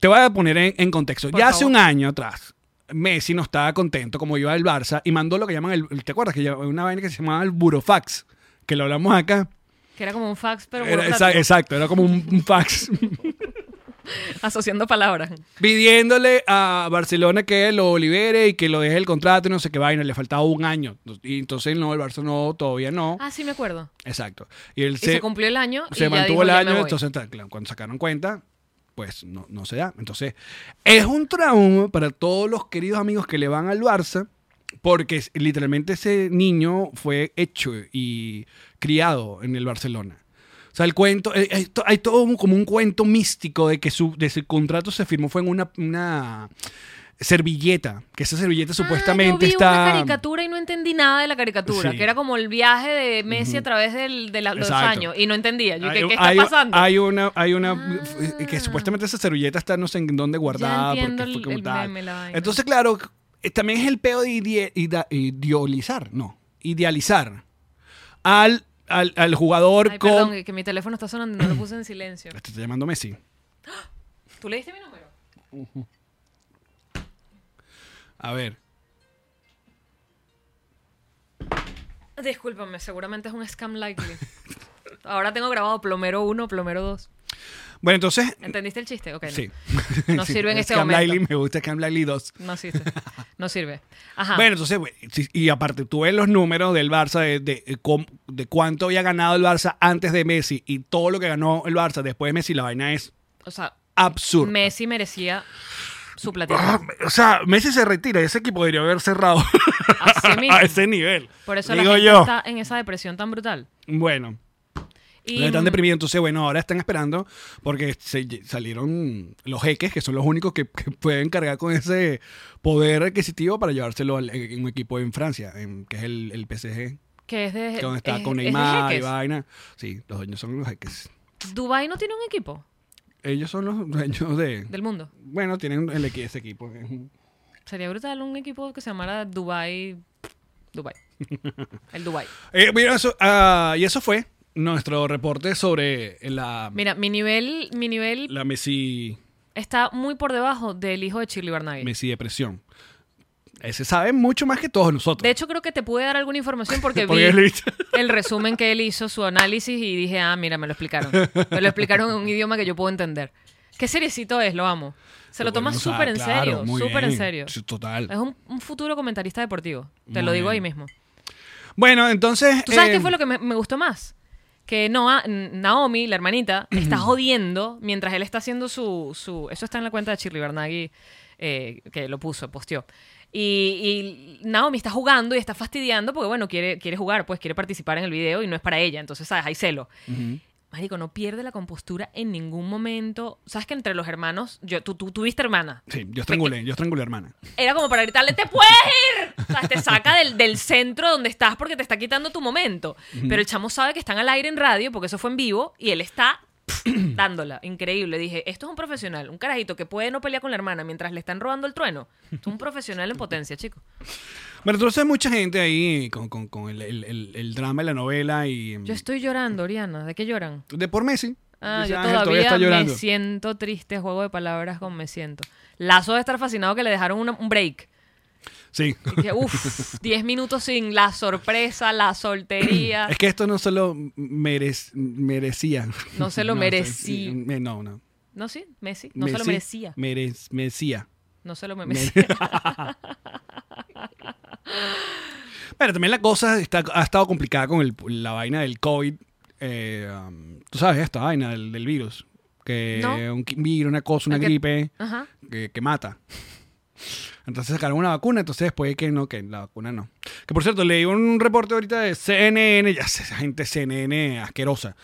Speaker 4: Te voy a poner en, en contexto.
Speaker 5: Por
Speaker 4: ya hace
Speaker 5: favor.
Speaker 4: un año atrás, Messi no estaba contento como iba el Barça y mandó lo que llaman el. ¿Te acuerdas? Que ya- una vaina que se llamaba el burofax, que lo hablamos acá.
Speaker 5: que era como un fax, pero
Speaker 4: Era-
Speaker 5: burocrático,
Speaker 4: exa- exacto, era como un, un fax
Speaker 5: asociando palabras.
Speaker 4: pidiéndole a Barcelona que lo libere y que lo deje el contrato y no sé qué vaina. Le faltaba un año. Y entonces no, el Barça no, todavía no.
Speaker 5: Ah, sí, me acuerdo.
Speaker 4: Exacto. Y él
Speaker 5: Y se cumplió el año. y
Speaker 4: se
Speaker 5: ya
Speaker 4: mantuvo
Speaker 5: dijo,
Speaker 4: el
Speaker 5: "Ya me
Speaker 4: año,
Speaker 5: voy". Ah,
Speaker 4: entonces ta- claro, cuando sacaron cuenta, pues no, no se da. Entonces, es un trauma para todos los queridos amigos que le van al Barça, porque es- literalmente ese niño fue hecho y criado en el Barcelona. O sea, el cuento, eh, hay, to- hay todo un- como un cuento místico de que su, de su contrato se firmó fue en una, una servilleta, que esa servilleta
Speaker 5: ah,
Speaker 4: supuestamente
Speaker 5: yo vi
Speaker 4: está...
Speaker 5: una caricatura y no entendí nada de la caricatura,
Speaker 4: Sí.
Speaker 5: que era como el viaje de Messi a través del, de la- los
Speaker 4: Exacto.
Speaker 5: años y no entendía. Yo, ¿qué,
Speaker 4: Hay-
Speaker 5: qué está
Speaker 4: hay-
Speaker 5: pasando?
Speaker 4: Hay una, hay una
Speaker 5: Ah.
Speaker 4: que supuestamente esa servilleta está no sé en dónde guardada.
Speaker 5: entiendo
Speaker 4: porque fue
Speaker 5: el-
Speaker 4: como
Speaker 5: el
Speaker 4: tal.
Speaker 5: meme, la vaina.
Speaker 4: Entonces, claro, eh, también es el peo de ide- ida- idealizar, no, idealizar al, al, al jugador
Speaker 5: Ay,
Speaker 4: con.
Speaker 5: perdón, que- que mi teléfono está sonando, no lo puse en silencio.
Speaker 4: Te está llamando Messi.
Speaker 5: ¿Tú le diste mi número?
Speaker 4: A ver.
Speaker 5: Discúlpame, seguramente es un scam likely. Ahora tengo grabado plomero 1, plomero 2.
Speaker 4: Bueno, entonces.
Speaker 5: ¿Entendiste el chiste? Ok. no.
Speaker 4: Sí.
Speaker 5: No
Speaker 4: Sí,
Speaker 5: sirve en este
Speaker 4: Cam
Speaker 5: momento.
Speaker 4: Lively, me gusta Cam Lively 2.
Speaker 5: No sirve. No sirve. Ajá.
Speaker 4: Bueno, entonces, güey, sí, y aparte, tú ves los números del Barça, de, de, eh, com- de cuánto había ganado el Barça antes de Messi y todo lo que ganó el Barça después de Messi, la vaina es
Speaker 5: o sea,
Speaker 4: absurda.
Speaker 5: Messi merecía su
Speaker 4: Ah,
Speaker 5: platita.
Speaker 4: O sea, Messi se retira y ese equipo debería haber cerrado
Speaker 5: Así mismo.
Speaker 4: a ese nivel.
Speaker 5: Por eso
Speaker 4: Digo
Speaker 5: la gente
Speaker 4: yo.
Speaker 5: está en esa depresión tan brutal.
Speaker 4: Bueno,
Speaker 5: Y,
Speaker 4: están deprimidos. Entonces, bueno, ahora están esperando porque se lle- salieron los jeques, que son los únicos que, que pueden cargar con ese poder adquisitivo para llevárselo al- en un equipo en Francia, en- que es el, el PSG.
Speaker 5: que es de,
Speaker 4: que donde está
Speaker 5: es-
Speaker 4: con
Speaker 5: es de
Speaker 4: Neymar y
Speaker 5: Eh, jeques.
Speaker 4: vaina. Sí, los dueños son los jeques.
Speaker 5: Dubái no tiene un equipo
Speaker 4: Ellos son los dueños de.
Speaker 5: del mundo.
Speaker 4: Bueno, tienen el, equi- ese equipo.
Speaker 5: Sería brutal un equipo que se llamara Dubai. Dubai. El Dubai.
Speaker 4: Eh, mira, eso, ah, y eso fue nuestro reporte sobre eh, la,
Speaker 5: Mira, mi nivel, mi nivel
Speaker 4: la Messi,
Speaker 5: está muy por debajo del hijo de Shirley Barnaghi.
Speaker 4: Messi depresión. Ese sabe mucho más que todos nosotros.
Speaker 5: De hecho, creo que te pude dar alguna información porque vi
Speaker 4: Porque él lo hizo.
Speaker 5: el resumen que él hizo, su análisis, y dije, ah, mira, me lo explicaron. Me lo explicaron en un idioma que yo puedo entender. Qué seriecito es, lo amo. Se lo toma
Speaker 4: Bueno, o sea,
Speaker 5: súper en
Speaker 4: claro,
Speaker 5: serio,
Speaker 4: muy
Speaker 5: súper en
Speaker 4: bien.
Speaker 5: serio.
Speaker 4: Sí,
Speaker 5: Es
Speaker 4: Total.
Speaker 5: un, un futuro comentarista deportivo. Te
Speaker 4: Muy
Speaker 5: lo digo ahí
Speaker 4: bien.
Speaker 5: mismo.
Speaker 4: Bueno, entonces.
Speaker 5: ¿Tú sabes
Speaker 4: eh,
Speaker 5: qué fue lo que me, me gustó más? Que Noah, Naomi, la hermanita, está jodiendo mientras él está haciendo su... su eso está en la cuenta de Shirley Bernaghi, eh, que lo puso, posteó. Y, y Naomi está jugando y está fastidiando porque, bueno, quiere, quiere jugar, pues quiere participar en el video y no es para ella. Entonces, ¿sabes? Hay celo. Marico, no pierde la compostura en ningún momento. ¿Sabes que entre los hermanos... Yo, tú, tú tuviste hermana.
Speaker 4: Sí, yo estrangulé, yo estrangulé, hermana.
Speaker 5: Era como para gritarle, ¡te puedes ir! O sea, te saca del, del centro donde estás porque te está quitando tu momento. Pero el chamo sabe que están al aire en radio, porque eso fue en vivo, y él está dándola. Increíble. Dije, esto es un profesional, un carajito que puede no pelear con la hermana mientras le están robando el trueno. Esto es un profesional en potencia, chico.
Speaker 4: Bueno, entonces mucha gente ahí con, con- con el, el- el- el drama y la novela y.
Speaker 5: Yo estoy llorando, Oriana. ¿De qué lloran?
Speaker 4: De por Messi.
Speaker 5: Ah,
Speaker 4: Dice,
Speaker 5: yo
Speaker 4: Ángel,
Speaker 5: todavía, me siento triste, juego de palabras con me siento. Lazo de estar fascinado que le dejaron una- un break.
Speaker 4: Sí.
Speaker 5: Dije, uff, 10 minutos sin la sorpresa, la soltería.
Speaker 4: Es que esto no se lo merec- merecía.
Speaker 5: No se lo
Speaker 4: sé,
Speaker 5: merecí.
Speaker 4: me- No, no.
Speaker 5: No, sí, Messi. No se lo
Speaker 4: Merecí-
Speaker 5: merecía.
Speaker 4: merec- merecía.
Speaker 5: No se lo
Speaker 4: Me-
Speaker 5: merecía.
Speaker 4: Pero también la cosa está, ha estado complicada con el- la vaina del COVID. Eh, um, Tú sabes esta vaina del, del virus. Que
Speaker 5: No.
Speaker 4: un qui- virus, una cosa, una
Speaker 5: El que-
Speaker 4: gripe
Speaker 5: Ajá.
Speaker 4: que, que mata. Entonces sacaron una vacuna, entonces después que no, que la vacuna no. Que por cierto, leí un reporte ahorita de CNN, ya sé, esa gente CNN asquerosa.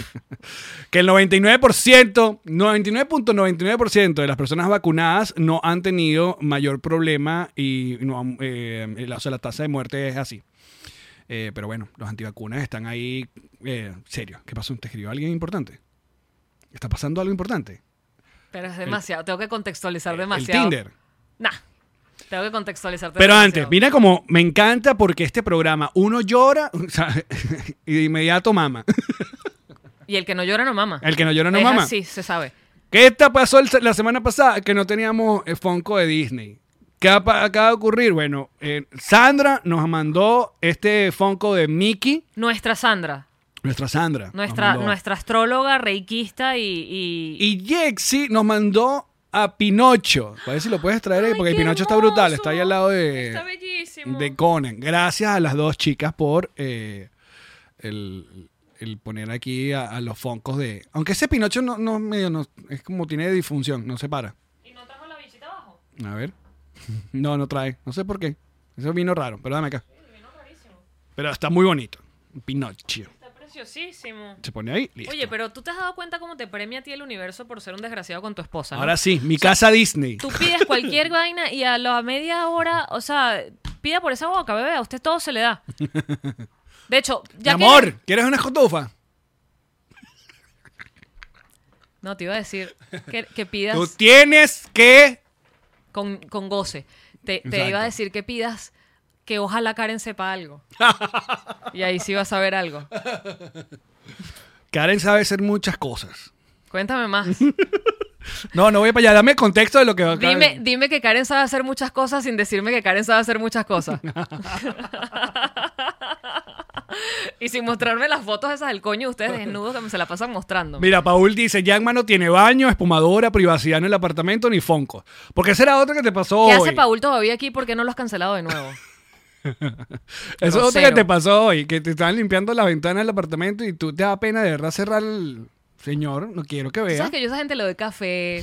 Speaker 4: que el 99%, 99.99% de las personas vacunadas no han tenido mayor problema y no han, eh, la, o sea, la tasa de muerte es así. Eh, pero bueno, los antivacunas están ahí eh, serio. ¿Qué pasó? ¿Te escribió alguien importante? ¿Está pasando algo importante?
Speaker 5: Pero es demasiado. Tengo que contextualizar demasiado.
Speaker 4: El Tinder.
Speaker 5: Nah. Tengo que contextualizar
Speaker 4: Pero
Speaker 5: demasiado.
Speaker 4: antes, mira como me encanta porque este programa, uno llora o sea, y de inmediato mama.
Speaker 5: Y el que no llora no mama.
Speaker 4: El que no llora no
Speaker 5: Es
Speaker 4: mama.
Speaker 5: así, se sabe.
Speaker 4: ¿Qué te pasó el- la semana pasada? Que no teníamos eh, Funko de Disney. ¿Qué ha pa- acaba de ocurrir? Bueno, eh, Sandra nos mandó este Funko de Mickey,
Speaker 5: Nuestra Sandra.
Speaker 4: nuestra Sandra. nos
Speaker 5: Nuestra,
Speaker 4: mandó.
Speaker 5: nuestra astróloga, reikista y. y-
Speaker 4: Y Jexi nos mandó a Pinocho. A ver si lo puedes traer ahí,
Speaker 5: ¡Ay,
Speaker 4: porque
Speaker 5: qué
Speaker 4: Pinocho está brutal. Está ahí
Speaker 5: hermoso!
Speaker 4: al lado de...
Speaker 5: Está bellísimo.
Speaker 4: de Conan. Gracias a las dos chicas por eh, el, el poner aquí a, a los foncos de. Aunque ese Pinocho no, no medio no- es como tiene disfunción, no se para.
Speaker 5: ¿Y no trajo la bichita abajo?
Speaker 4: A ver. No, no trae. No sé por qué. Eso vino raro, pero dame acá. Pero está muy bonito. Pinocho.
Speaker 5: Está preciosísimo.
Speaker 4: Se pone ahí. Listo.
Speaker 5: Oye, pero tú te has dado cuenta cómo te premia a ti el universo por ser un desgraciado con tu esposa. ¿no?
Speaker 4: Ahora sí, mi casa Disney.
Speaker 5: Tú pides cualquier vaina y a la media hora, o sea, pida por esa boca, bebé, a usted todo se le da. De hecho,
Speaker 4: Mi
Speaker 5: ya que-
Speaker 4: amor, ¿quieres una cotufa?
Speaker 5: No, te iba a decir que, que pidas
Speaker 4: Tú tienes que.
Speaker 5: con, con goce. Te, te
Speaker 4: Exacto.
Speaker 5: iba a decir que pidas que ojalá Karen sepa algo. Y ahí sí vas a ver algo.
Speaker 4: Karen sabe hacer muchas cosas.
Speaker 5: Cuéntame más.
Speaker 4: No, no voy para allá. Dame contexto de lo que va a
Speaker 5: Dime, dime que Karen sabe hacer muchas cosas sin decirme que Karen sabe hacer muchas cosas. y sin mostrarme las fotos esas del coño de ustedes desnudos que me se la pasan mostrando.
Speaker 4: Mira, Paul dice, Jackman no tiene baño, espumadora, privacidad en el apartamento, ni fonco. Porque esa era otra que te pasó
Speaker 5: ¿Qué
Speaker 4: hoy.
Speaker 5: hace Paul todavía aquí? ¿Por qué no lo has cancelado de nuevo?
Speaker 4: Eso es otra que
Speaker 5: Grosero.
Speaker 4: te pasó hoy, que te estaban limpiando las ventanas del apartamento y tú te da pena de verdad cerrar el... Señor, no quiero que
Speaker 5: Tú
Speaker 4: vea.
Speaker 5: ¿Sabes que yo a esa gente le doy café?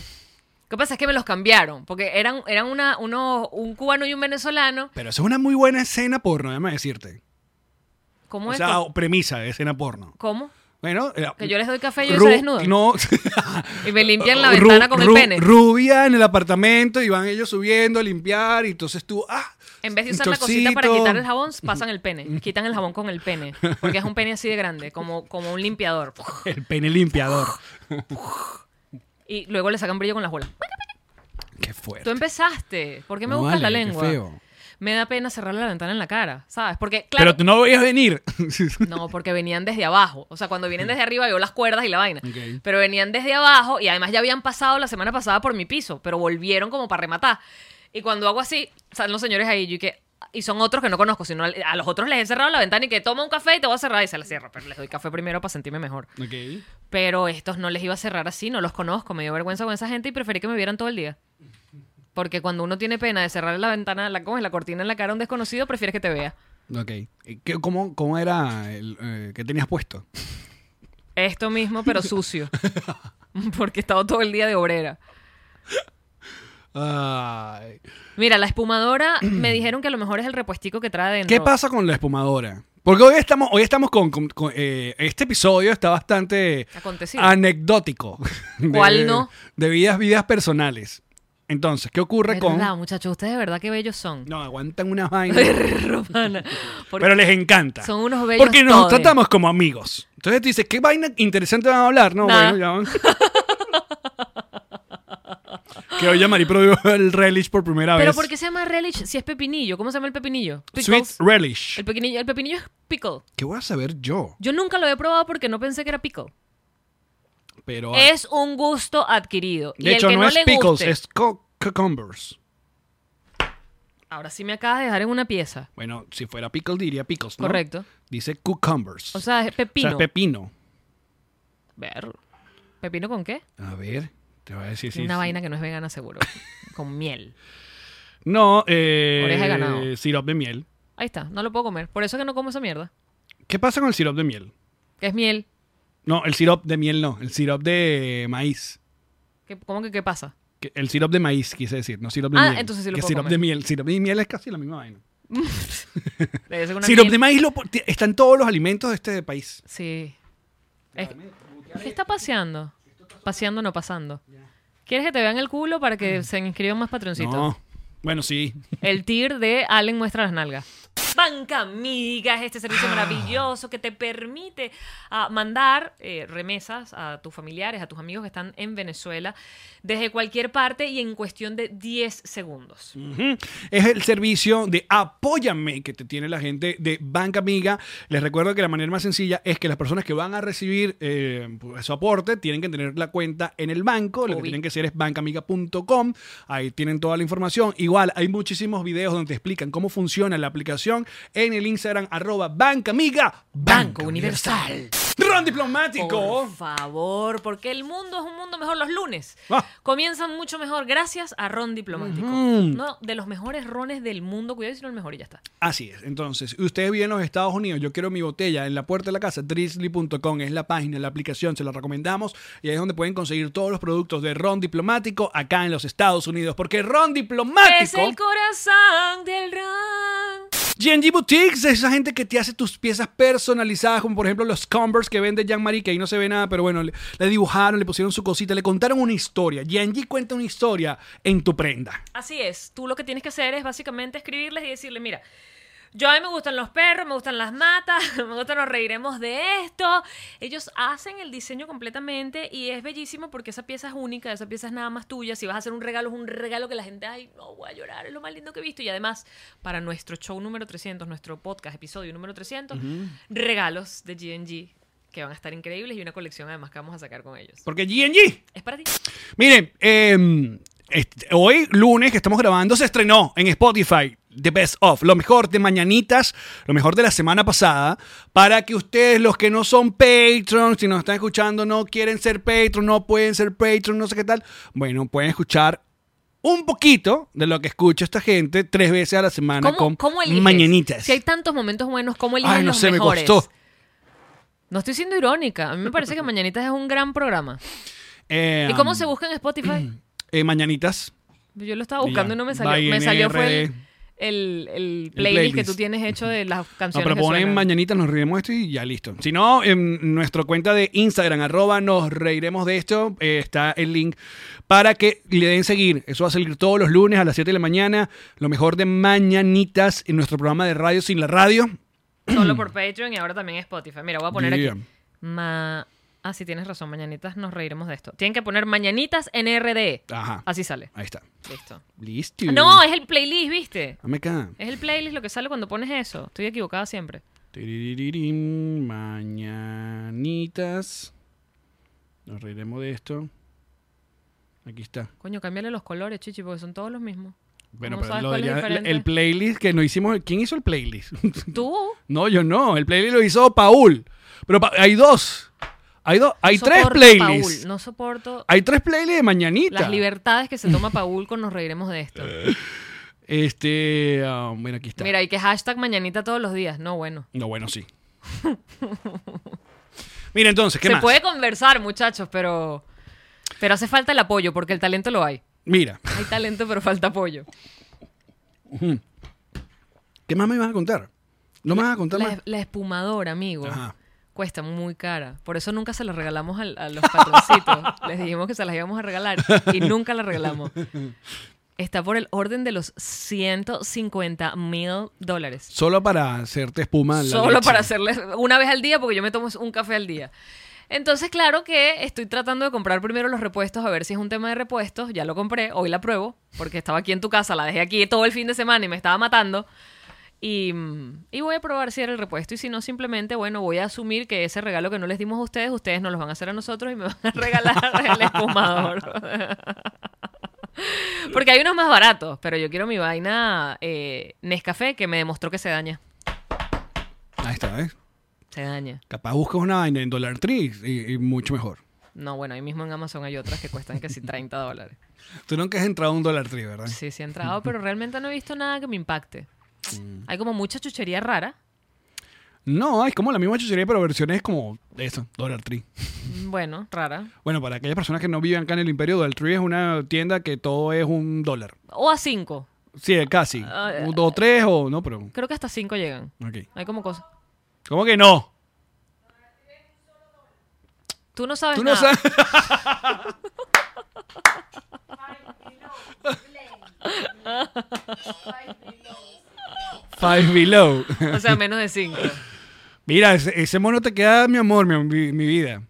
Speaker 5: Lo que pasa es que me los cambiaron, porque eran, eran una, uno, un cubano y un venezolano.
Speaker 4: Pero eso es una muy buena escena porno, déjame decirte.
Speaker 5: ¿Cómo
Speaker 4: O
Speaker 5: es?
Speaker 4: sea,
Speaker 5: ¿Cómo?
Speaker 4: premisa de escena porno.
Speaker 5: ¿Cómo?
Speaker 4: Bueno, eh,
Speaker 5: Que yo les doy café y yo
Speaker 4: ru-
Speaker 5: se desnudo.
Speaker 4: No.
Speaker 5: Y me limpian la
Speaker 4: Ru-
Speaker 5: ventana con el
Speaker 4: ru-
Speaker 5: pene.
Speaker 4: Rubia en el apartamento y van ellos subiendo a limpiar y entonces tú, ah.
Speaker 5: En vez de usar la cosita
Speaker 4: chorcito.
Speaker 5: para quitar el jabón, pasan el pene. Quitan el jabón con el pene. Porque es un pene así de grande, como, como un limpiador.
Speaker 4: El pene limpiador.
Speaker 5: Y luego le sacan brillo con las bolas.
Speaker 4: Qué fuerte.
Speaker 5: Tú empezaste. ¿Por qué me
Speaker 4: No
Speaker 5: buscas la
Speaker 4: vale, qué
Speaker 5: lengua?
Speaker 4: feo.
Speaker 5: Me da pena cerrarle la ventana en la cara, ¿sabes? Porque,
Speaker 4: Pero
Speaker 5: claro.
Speaker 4: tú no lo veías venir.
Speaker 5: No, porque venían desde abajo. O sea, cuando vienen desde arriba veo las cuerdas y la vaina.
Speaker 4: Ok.
Speaker 5: Pero venían desde abajo y además ya habían pasado la semana pasada por mi piso, pero volvieron como para rematar. Y cuando hago así, salen los señores ahí yo y que... Y son otros que no conozco, sino al- a los otros les he cerrado la ventana y que toma un café y te voy a cerrar y se la cierro. Pero les doy café primero para sentirme mejor.
Speaker 4: Ok.
Speaker 5: Pero estos no les iba a cerrar así, no los conozco, me dio vergüenza con esa gente y preferí que me vieran todo el día. Porque cuando uno tiene pena de cerrar la ventana, la, ¿cómo es? la cortina en la cara a un desconocido, prefieres que te vea.
Speaker 4: Ok. ¿Y qué- cómo, cómo era el, eh, que tenías puesto?
Speaker 5: Esto mismo, pero sucio. Porque he estado todo el día de obrera.
Speaker 4: Ay.
Speaker 5: Mira, la espumadora me dijeron que a lo mejor es el repuestico que trae dentro.
Speaker 4: ¿Qué pasa con la espumadora? Porque hoy estamos, hoy estamos con, con- con, eh, este episodio está bastante
Speaker 5: Acontecido.
Speaker 4: anecdótico. De-
Speaker 5: ¿Cuál no?
Speaker 4: De vidas, vidas personales. Entonces, ¿qué ocurre con?
Speaker 5: ¿Verdad, muchachos? Ustedes de verdad que bellos son.
Speaker 4: No aguantan unas vainas,
Speaker 5: Romana. Porque
Speaker 4: pero les encanta.
Speaker 5: son unos bellos
Speaker 4: Porque nos
Speaker 5: todes.
Speaker 4: tratamos como amigos. Entonces tú dices, ¿qué vaina interesante van a hablar? No,
Speaker 5: Nada.
Speaker 4: bueno, ya van. que hoy a Mari probó el relish por primera
Speaker 5: Pero
Speaker 4: vez.
Speaker 5: ¿por qué se llama relish si es pepinillo? ¿Cómo se llama el pepinillo?
Speaker 4: Sweet
Speaker 5: Pickles.
Speaker 4: relish.
Speaker 5: El pepinillo, el pepinillo es pickle.
Speaker 4: ¿Qué voy a saber yo?
Speaker 5: Yo nunca lo he probado porque no pensé que era pickle.
Speaker 4: Pero ah,
Speaker 5: Es un gusto adquirido.
Speaker 4: de
Speaker 5: y
Speaker 4: hecho
Speaker 5: el que
Speaker 4: no,
Speaker 5: no,
Speaker 4: es
Speaker 5: le
Speaker 4: pickles,
Speaker 5: guste,
Speaker 4: es co- cucumbers.
Speaker 5: Ahora sí me acabas de dejar en una pieza.
Speaker 4: Bueno, si fuera pickle diría pickles, ¿no?
Speaker 5: Correcto.
Speaker 4: Dice cucumbers.
Speaker 5: O sea, es
Speaker 4: O sea,
Speaker 5: pepino.
Speaker 4: pepino.
Speaker 5: Ver. ¿Pepino con qué?
Speaker 4: A ver, te voy a decir si
Speaker 5: una
Speaker 4: es-
Speaker 5: vaina que no es vegana seguro. con miel.
Speaker 4: No, eh,
Speaker 5: Oreja de ganado.
Speaker 4: sirop de miel.
Speaker 5: Ahí está, no lo puedo comer. Por eso es que no como esa mierda.
Speaker 4: ¿Qué pasa con el sirop de miel?
Speaker 5: Que es miel.
Speaker 4: No, el sirop de miel no, el sirop de maíz.
Speaker 5: ¿Qué- ¿Cómo que qué pasa?
Speaker 4: Que- El sirop de maíz, quise decir, no sirop de
Speaker 5: Ah,
Speaker 4: miel.
Speaker 5: entonces sí lo
Speaker 4: que
Speaker 5: puedo
Speaker 4: sirop
Speaker 5: comer.
Speaker 4: de miel, sirop de miel es casi la misma vaina.
Speaker 5: Debe ser una
Speaker 4: sirop
Speaker 5: miel.
Speaker 4: de maíz lo, po- ti- está en todos los alimentos de este país.
Speaker 5: Sí. Es- ¿Qué está paseando? Paseando no pasando. ¿Quieres que te vean el culo para que se inscriban más patroncitos?
Speaker 4: No. Bueno, sí.
Speaker 5: El tir de Allen muestra las nalgas. Banca Amiga es este servicio maravilloso que te permite ah, mandar eh, remesas a tus familiares, a tus amigos que están en Venezuela, desde cualquier parte y en cuestión de 10 segundos.
Speaker 4: Ujú. Es el servicio de Apóyame que te tiene la gente de Banca Amiga. Les recuerdo que la manera más sencilla es que las personas que van a recibir eh, su aporte tienen que tener la cuenta en el banco. Lo que
Speaker 5: Obvio.
Speaker 4: tienen que hacer es bancamiga.com. Ahí tienen toda la información. Igual hay muchísimos videos donde te explican cómo funciona la aplicación en el Instagram arroba Banca Amiga.
Speaker 5: Banco Universal.
Speaker 4: Ron diplomático.
Speaker 5: Por favor, porque el mundo es un mundo mejor los lunes.
Speaker 4: Ah.
Speaker 5: Comienzan mucho mejor gracias a Ron Diplomático.
Speaker 4: Ujú.
Speaker 5: Uno de los mejores rones del mundo. Cuidado si no el mejor y ya está.
Speaker 4: Así es. Entonces, ustedes viven en los Estados Unidos, yo quiero mi botella en la puerta de la casa, drizzly.com es la página, la aplicación, se la recomendamos y ahí es donde pueden conseguir todos los productos de Ron Diplomático acá en los Estados Unidos, porque Ron
Speaker 5: Es el
Speaker 4: Diplomático,
Speaker 5: corazón del Ron.
Speaker 4: G&G Boutiques, es esa gente que te hace tus piezas personalizadas, como por ejemplo los Converse que vende Jean-Marie, que ahí no se ve nada, pero bueno, le, le dibujaron, le pusieron su cosita, le contaron una historia. G&G cuenta una historia en tu prenda.
Speaker 5: Así es. Tú lo que tienes que hacer es básicamente escribirles y decirle, mira, yo a mí me gustan los perros, me gustan las matas, me gustan nos reiremos de esto. Ellos hacen el diseño completamente y es bellísimo porque esa pieza es única, esa pieza es nada más tuya. Si vas a hacer un regalo, es un regalo que la gente, ay, no voy a llorar, es lo más lindo que he visto. Y además, para nuestro show número 300, nuestro podcast, episodio número 300, regalos de GNG que van a estar increíbles y una colección además que vamos a sacar con ellos.
Speaker 4: Porque G&G
Speaker 5: Es para ti.
Speaker 4: Miren, eh, este, hoy, lunes, que estamos grabando, se estrenó en Spotify The Best Of, lo mejor de mañanitas, lo mejor de la semana pasada, para que ustedes, los que no son Patreons, si nos están escuchando, no quieren ser Patreon, no pueden ser Patreon, no sé qué tal, bueno, pueden escuchar un poquito de lo que escucha esta gente tres veces a la semana
Speaker 5: ¿Cómo,
Speaker 4: con
Speaker 5: cómo eliges?
Speaker 4: mañanitas.
Speaker 5: Si hay tantos momentos buenos, ¿cómo eliges
Speaker 4: Ay, no
Speaker 5: los
Speaker 4: sé, me
Speaker 5: mejores?
Speaker 4: costó.
Speaker 5: No estoy siendo irónica. A mí me parece que Mañanitas es un gran programa.
Speaker 4: Eh,
Speaker 5: ¿Y cómo se busca en Spotify?
Speaker 4: eh, mañanitas.
Speaker 5: Yo lo estaba buscando y no me
Speaker 4: Va
Speaker 5: salió.
Speaker 4: en
Speaker 5: Me salió fue el,
Speaker 4: RD.
Speaker 5: el, el playlist, que
Speaker 4: playlist.
Speaker 5: tú tienes hecho de las
Speaker 4: No,
Speaker 5: canciones.
Speaker 4: pero
Speaker 5: que
Speaker 4: ponen
Speaker 5: suenan.
Speaker 4: mañanita, nos reiremos de esto y ya listo. Si no, en nuestra cuenta de Instagram, arroba nos reiremos de esto, eh, está el link para que le den seguir. Eso va a salir todos los lunes a las 7 de la mañana. Lo mejor de mañanitas en nuestro programa de radio sin la radio.
Speaker 5: Solo por Patreon y ahora también Spotify. Mira, voy a poner
Speaker 4: Yeah.
Speaker 5: aquí. Ma... Ah, sí, tienes razón. Mañanitas nos reiremos de esto. Tienen que poner Mañanitas NRD.
Speaker 4: Ajá.
Speaker 5: Así sale.
Speaker 4: Ahí está.
Speaker 5: Listo.
Speaker 4: Listo.
Speaker 5: Ah, No, es el playlist, ¿viste?
Speaker 4: Dame acá.
Speaker 5: Es el playlist lo que sale cuando pones eso. Estoy equivocada siempre.
Speaker 4: Tiririririm, mañanitas. Nos reiremos de esto. Aquí está.
Speaker 5: Coño, cámbiale los colores, chichi, porque son todos los mismos.
Speaker 4: Bueno,
Speaker 5: ¿Cómo
Speaker 4: pero
Speaker 5: sabes
Speaker 4: lo
Speaker 5: cuál
Speaker 4: de
Speaker 5: es
Speaker 4: ya-
Speaker 5: diferente?
Speaker 4: el playlist que nos hicimos, ¿quién hizo el playlist?
Speaker 5: Tú.
Speaker 4: no, yo no, el playlist lo hizo Paul. Pero pa- hay dos. Hay dos, hay
Speaker 5: No
Speaker 4: tres
Speaker 5: soporto,
Speaker 4: playlists.
Speaker 5: Paul, no soporto
Speaker 4: Hay tres playlists de mañanita.
Speaker 5: las libertades que se toma Paul con nos reiremos de esto.
Speaker 4: Este, ah, bueno, aquí Eh, está.
Speaker 5: Mira, hay que hashtag mañanita todos los días. No, bueno.
Speaker 4: No, bueno, sí. Mira, entonces, ¿qué
Speaker 5: Se
Speaker 4: más?
Speaker 5: puede conversar, muchachos, pero pero hace falta el apoyo porque el talento lo hay.
Speaker 4: Mira,
Speaker 5: Hay talento, pero falta apoyo.
Speaker 4: ¿qué más me vas a contar? ¿No me vas a contar más?
Speaker 5: La, la espumadora, amigo.
Speaker 4: Ajá.
Speaker 5: Cuesta muy cara. Por eso nunca se la regalamos al- a, los patroncitos. Les dijimos que se las íbamos a regalar y nunca la regalamos. Está por el orden de los 150 mil dólares.
Speaker 4: Solo para hacerte espuma. Ah, la
Speaker 5: Solo
Speaker 4: leche.
Speaker 5: para hacerles una vez al día, porque yo me tomo un café al día. Entonces, claro que estoy tratando de comprar primero los repuestos, a ver si es un tema de repuestos. Ya lo compré, hoy la pruebo, porque estaba aquí en tu casa, la dejé aquí todo el fin de semana y me estaba matando. Y, mm, y voy a probar si era el repuesto. Y si no, simplemente, bueno, voy a asumir que ese regalo que no les dimos a ustedes, ustedes nos los van a hacer a nosotros y me van a regalar el espumador. Porque hay unos más baratos, pero yo quiero mi vaina eh, Nescafé que me demostró que se daña.
Speaker 4: Ahí está, ¿ves?
Speaker 5: Se daña.
Speaker 4: Capaz buscas una vaina en Dollar Tree y, y mucho mejor.
Speaker 5: No, bueno, ahí mismo en Amazon hay otras que cuestan casi 30 dólares.
Speaker 4: Tú nunca has entrado a un Dollar Tree, ¿verdad?
Speaker 5: Sí, sí he entrado, pero realmente no he visto nada que me impacte.
Speaker 4: Mm.
Speaker 5: Hay como mucha chuchería rara.
Speaker 4: No, es como la misma chuchería, pero versiones como eso, Dollar Tree. Mm.
Speaker 5: Bueno, rara.
Speaker 4: Bueno, para aquellas personas que no viven acá en el imperio, Dollar Tree es una tienda que todo es un dólar.
Speaker 5: O a 5.
Speaker 4: Sí, casi.
Speaker 5: Ah,
Speaker 4: Un, dos, tres o no, pero...
Speaker 5: Creo que hasta 5 llegan.
Speaker 4: Ok.
Speaker 5: Hay como cosas.
Speaker 4: ¿Cómo que no?
Speaker 5: Tú no sabes
Speaker 4: Tú no
Speaker 5: nada.
Speaker 4: sabes... Five Below.
Speaker 5: O sea, menos de 5.
Speaker 4: Mira, ese, ese mono te queda, mi amor, mi, mi- mi vida.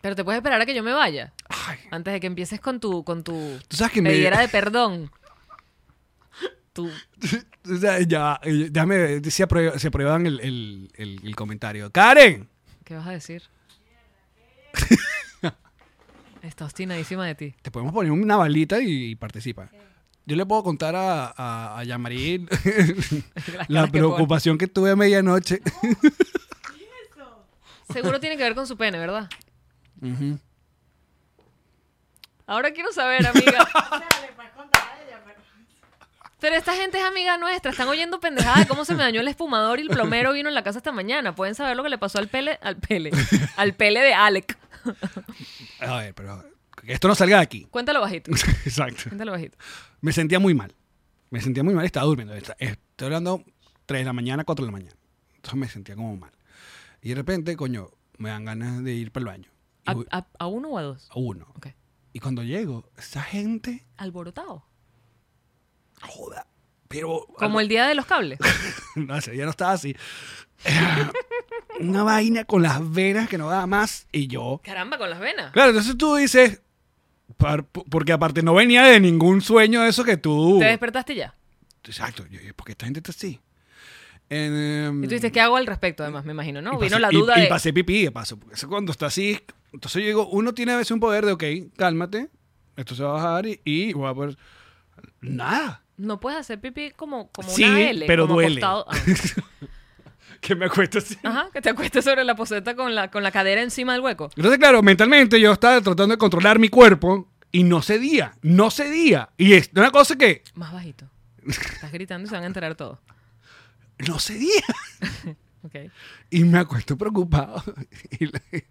Speaker 5: Pero te puedes esperar a que yo me vaya.
Speaker 4: Ay,
Speaker 5: Antes de que empieces con tu, con tu
Speaker 4: Tú sabes que me-
Speaker 5: pedidera de perdón. Tú.
Speaker 4: o sea, ya, eh, déjame ver si aprue- se aprueban el, el- el- el comentario. ¡Karen!
Speaker 5: ¿Qué vas a decir? Está obstinadísima de ti.
Speaker 4: Te podemos poner una balita y, participa. Yo le puedo contar a, a, a Yamarí
Speaker 5: Las
Speaker 4: la
Speaker 5: caras que pone.
Speaker 4: preocupación que tuve a medianoche.
Speaker 5: Seguro tiene que ver con su pene, ¿verdad? Ahora quiero saber, amiga. Pero esta gente es amiga nuestra, están oyendo pendejadas de cómo se me dañó el espumador y el plomero vino en la casa esta mañana. Pueden saber lo que le pasó al pele, al pele, al pele de Alec.
Speaker 4: A ver, pero que esto no salga de aquí.
Speaker 5: Cuéntalo bajito.
Speaker 4: Exacto.
Speaker 5: Cuéntalo bajito.
Speaker 4: Me sentía muy mal. Me sentía muy mal, estaba durmiendo. Est- Estoy hablando 3 de la mañana, 4 de la mañana. Entonces me sentía como mal. Y de repente, coño, me dan ganas de ir para el baño. Y
Speaker 5: ¿A,
Speaker 4: voy
Speaker 5: a- a uno o a dos?
Speaker 4: a uno.
Speaker 5: Ok.
Speaker 4: Y cuando llego, esa gente,
Speaker 5: Alborotado.
Speaker 4: joda, pero...
Speaker 5: Como el día de los cables.
Speaker 4: No, ese día no estaba así. Era Una vaina con las venas que no daba más y yo...
Speaker 5: Caramba, con las venas.
Speaker 4: Claro, entonces tú dices... par- porque aparte no venía de ningún sueño de eso que tú...
Speaker 5: Te despertaste ya.
Speaker 4: Exacto, yo dije, ¿por qué esta gente está así? Em,
Speaker 5: Y tú dices, ¿qué hago al respecto? Además, me imagino, ¿no?
Speaker 4: y
Speaker 5: Vino
Speaker 4: pasé-
Speaker 5: la
Speaker 4: y-
Speaker 5: duda
Speaker 4: y,
Speaker 5: de.
Speaker 4: pasé pipí de paso, porque eso cuando está así, entonces yo digo, uno tiene a veces un poder de, ok, cálmate, esto se va a bajar y, y voy a poder... Nada.
Speaker 5: No puedes hacer pipí como, como
Speaker 4: Sí,
Speaker 5: una L.
Speaker 4: pero
Speaker 5: como
Speaker 4: duele.
Speaker 5: acostado. Ah.
Speaker 4: que me acuesto así.
Speaker 5: Ajá, que te acuestes sobre la poseta con la, con la cadera encima del hueco.
Speaker 4: Entonces, claro, mentalmente yo estaba tratando de controlar mi cuerpo y no cedía, no cedía. Y es una cosa que
Speaker 5: Más bajito. Estás gritando y se van a enterar todos.
Speaker 4: no cedía.
Speaker 5: Ok.
Speaker 4: Y me acuesto preocupado y la, y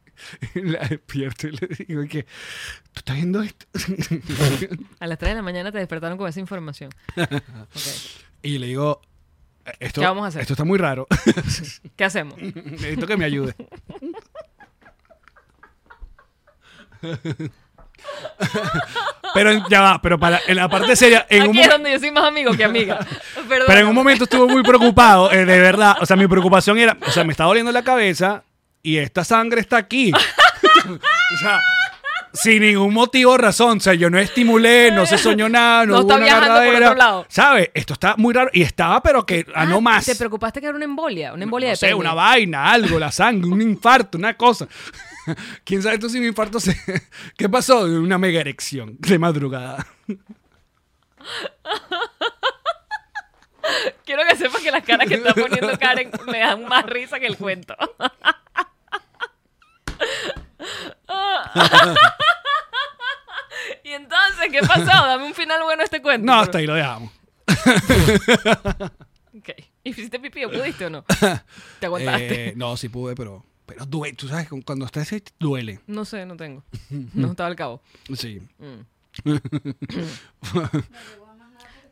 Speaker 4: la despierto y le digo que, ¿tú estás viendo esto?
Speaker 5: A las 3 de la mañana te despertaron con esa información. Ok.
Speaker 4: Y le digo, "Eh, esto,
Speaker 5: ¿Qué vamos a hacer?
Speaker 4: esto está muy raro.
Speaker 5: ¿Qué hacemos?
Speaker 4: Necesito que me ayude. pero ya va, pero para en la parte seria, en un
Speaker 5: Aquí es
Speaker 4: momen-
Speaker 5: donde yo soy más amigo que amiga. Perdón.
Speaker 4: Pero en un momento estuvo muy preocupado, eh, de verdad. O sea, mi preocupación era, o sea, me está doliendo la cabeza y esta sangre está aquí. o sea, sin ningún motivo o razón. O sea, yo no estimulé, no se soñó nada, no,
Speaker 5: No
Speaker 4: hubo
Speaker 5: está
Speaker 4: una
Speaker 5: viajando por
Speaker 4: agarradera.
Speaker 5: otro lado. Ah,
Speaker 4: ¿Sabes? Esto está muy raro. Y estaba, pero que a Ah, no más.
Speaker 5: ¿Te preocupaste que era una embolia? Una embolia
Speaker 4: No
Speaker 5: de
Speaker 4: sé,
Speaker 5: pene.
Speaker 4: una vaina, algo, la sangre, un infarto, una cosa. ¿Quién sabe tú si mi infarto se... ¿Qué pasó? Una mega erección de madrugada.
Speaker 5: Quiero que sepas que las caras que está poniendo Karen me dan más risa que el cuento. y entonces, ¿qué pasó? Dame un final bueno a este cuento.
Speaker 4: No, hasta ahí lo dejamos.
Speaker 5: Ok. ¿Y ¿Hiciste pipí o pudiste o no? ¿Te aguantaste?
Speaker 4: Eh, no, sí pude, pero... Pero duele, tú sabes, cuando estás así, duele.
Speaker 5: No sé, no tengo. No estaba al cabo.
Speaker 4: Sí.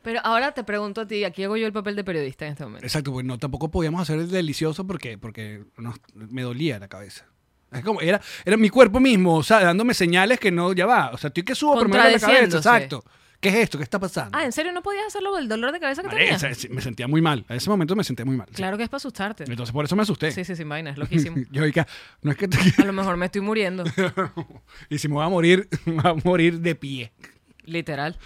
Speaker 5: Pero ahora te pregunto a ti, aquí hago yo el papel de periodista en este momento.
Speaker 4: Exacto, pues no, tampoco podíamos hacer el delicioso porque, porque nos- me dolía la cabeza. Es como, era, era mi cuerpo mismo, o sea, dándome señales que no, ya va. O sea, estoy que subo primero la cabeza,
Speaker 5: Contradeciéndose.
Speaker 4: exacto. ¿Qué es esto? ¿Qué está pasando?
Speaker 5: Ah, ¿en serio no podías hacerlo por el dolor de cabeza que
Speaker 4: Vale,
Speaker 5: tenías?
Speaker 4: o sea, me sentía muy mal. A ese momento me sentía muy mal. sí.
Speaker 5: Claro que es para asustarte.
Speaker 4: Entonces por eso me asusté.
Speaker 5: Sí, sí, sin vaina, es loquísimo.
Speaker 4: Yo dije, no es que te
Speaker 5: A lo mejor me estoy muriendo,
Speaker 4: Y si me voy a morir, me voy a morir de pie.
Speaker 5: literal.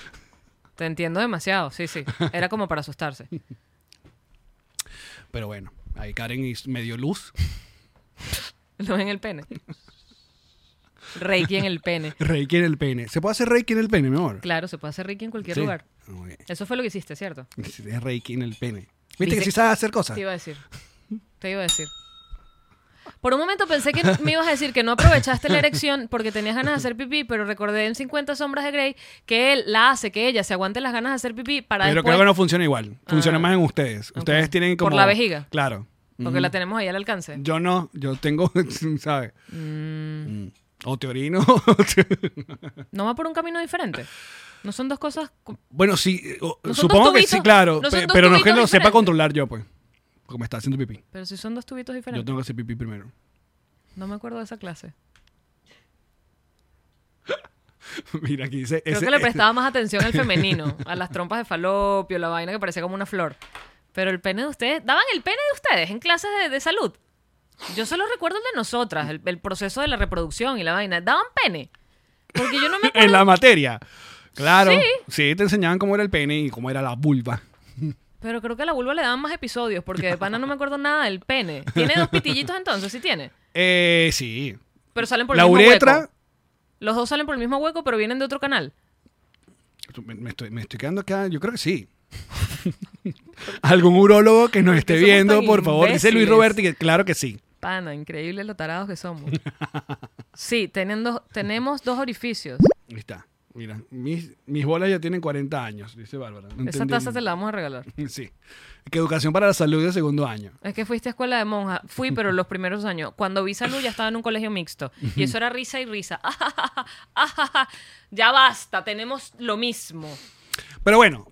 Speaker 5: Te entiendo demasiado, sí, sí. Era como para asustarse.
Speaker 4: Pero bueno, ahí Karen hizo- me dio luz.
Speaker 5: Lo ven en el pene. Reiki en el pene.
Speaker 4: Reiki en el pene. ¿Se puede hacer reiki en el pene, mi amor?
Speaker 5: Claro, se puede hacer Reiki en cualquier
Speaker 4: Sí.
Speaker 5: lugar.
Speaker 4: Muy bien.
Speaker 5: Eso fue lo que hiciste, ¿cierto?
Speaker 4: Es reiki en el pene. ¿Viste
Speaker 5: Dice-
Speaker 4: que sí sabes hacer cosas?
Speaker 5: Te iba a decir. Te iba a decir. Por un momento pensé que me ibas a decir que no aprovechaste la erección porque tenías ganas de hacer pipí, pero recordé en 50 sombras de Grey que él la hace, que ella se aguante las ganas de hacer pipí para
Speaker 4: Pero
Speaker 5: después...
Speaker 4: creo que no funciona igual. Funciona
Speaker 5: Ah.
Speaker 4: más en ustedes. Ustedes tienen como...
Speaker 5: Por la vejiga.
Speaker 4: Claro.
Speaker 5: Porque
Speaker 4: Mm.
Speaker 5: la tenemos ahí al alcance.
Speaker 4: Yo no. Yo tengo, ¿sabes? Mm. O te orino. o te-
Speaker 5: ¿No va por un camino diferente? ¿No son dos cosas...? co-
Speaker 4: bueno, sí. eh, o-
Speaker 5: No son
Speaker 4: supongo
Speaker 5: dos
Speaker 4: que sí,
Speaker 5: tubitos-
Speaker 4: claro.
Speaker 5: no son
Speaker 4: pe-
Speaker 5: dos
Speaker 4: pero no es que
Speaker 5: tubitos
Speaker 4: lo sepa
Speaker 5: diferentes.
Speaker 4: controlar yo, pues. Porque me está haciendo pipí.
Speaker 5: Pero si son dos tubitos
Speaker 4: Yo
Speaker 5: diferentes.
Speaker 4: tengo que hacer pipí primero.
Speaker 5: No me acuerdo de esa clase.
Speaker 4: Mira, aquí dice...
Speaker 5: Creo
Speaker 4: ese- este,
Speaker 5: que le prestaba más atención al femenino, a las trompas de falopio, la vaina que parecía como una flor. Pero el pene de ustedes, ¿daban el pene de ustedes en clases de, de salud? Yo solo recuerdo el de nosotras, el, el proceso de la reproducción y la vaina. ¿Daban pene? Porque yo no me
Speaker 4: en
Speaker 5: acuerdo.
Speaker 4: la materia. Claro.
Speaker 5: Sí.
Speaker 4: Sí, te enseñaban cómo era el pene y cómo era la vulva.
Speaker 5: Pero creo que a la vulva le daban más episodios, porque de pana no me acuerdo nada del pene. ¿Tiene dos pitillitos entonces? Sí tiene.
Speaker 4: Eh, sí.
Speaker 5: Pero salen por el
Speaker 4: la
Speaker 5: mismo
Speaker 4: uretra...
Speaker 5: hueco. Los dos salen por el mismo hueco, pero vienen de otro canal.
Speaker 4: Tú, Me, me estoy, me estoy quedando acá, yo creo que sí. Algún urólogo que nos esté
Speaker 5: somos
Speaker 4: viendo,
Speaker 5: tan
Speaker 4: por favor, dice Luis
Speaker 5: imbéciles?
Speaker 4: Roberti que claro que sí.
Speaker 5: Pana, increíble lo tarados que somos. Sí, tienen dos- tenemos dos orificios.
Speaker 4: Ahí está, mira, mis, mis bolas ya tienen 40 años, dice Bárbara. No
Speaker 5: Esa
Speaker 4: entendí. Mm,
Speaker 5: taza te la vamos a regalar.
Speaker 4: Sí. Que educación para la salud de segundo año.
Speaker 5: Es que fuiste a escuela de monja. Fui, pero los primeros años. Cuando vi salud ya estaba en un colegio mixto. Y eso era risa y risa. ya basta, tenemos lo mismo.
Speaker 4: Pero bueno,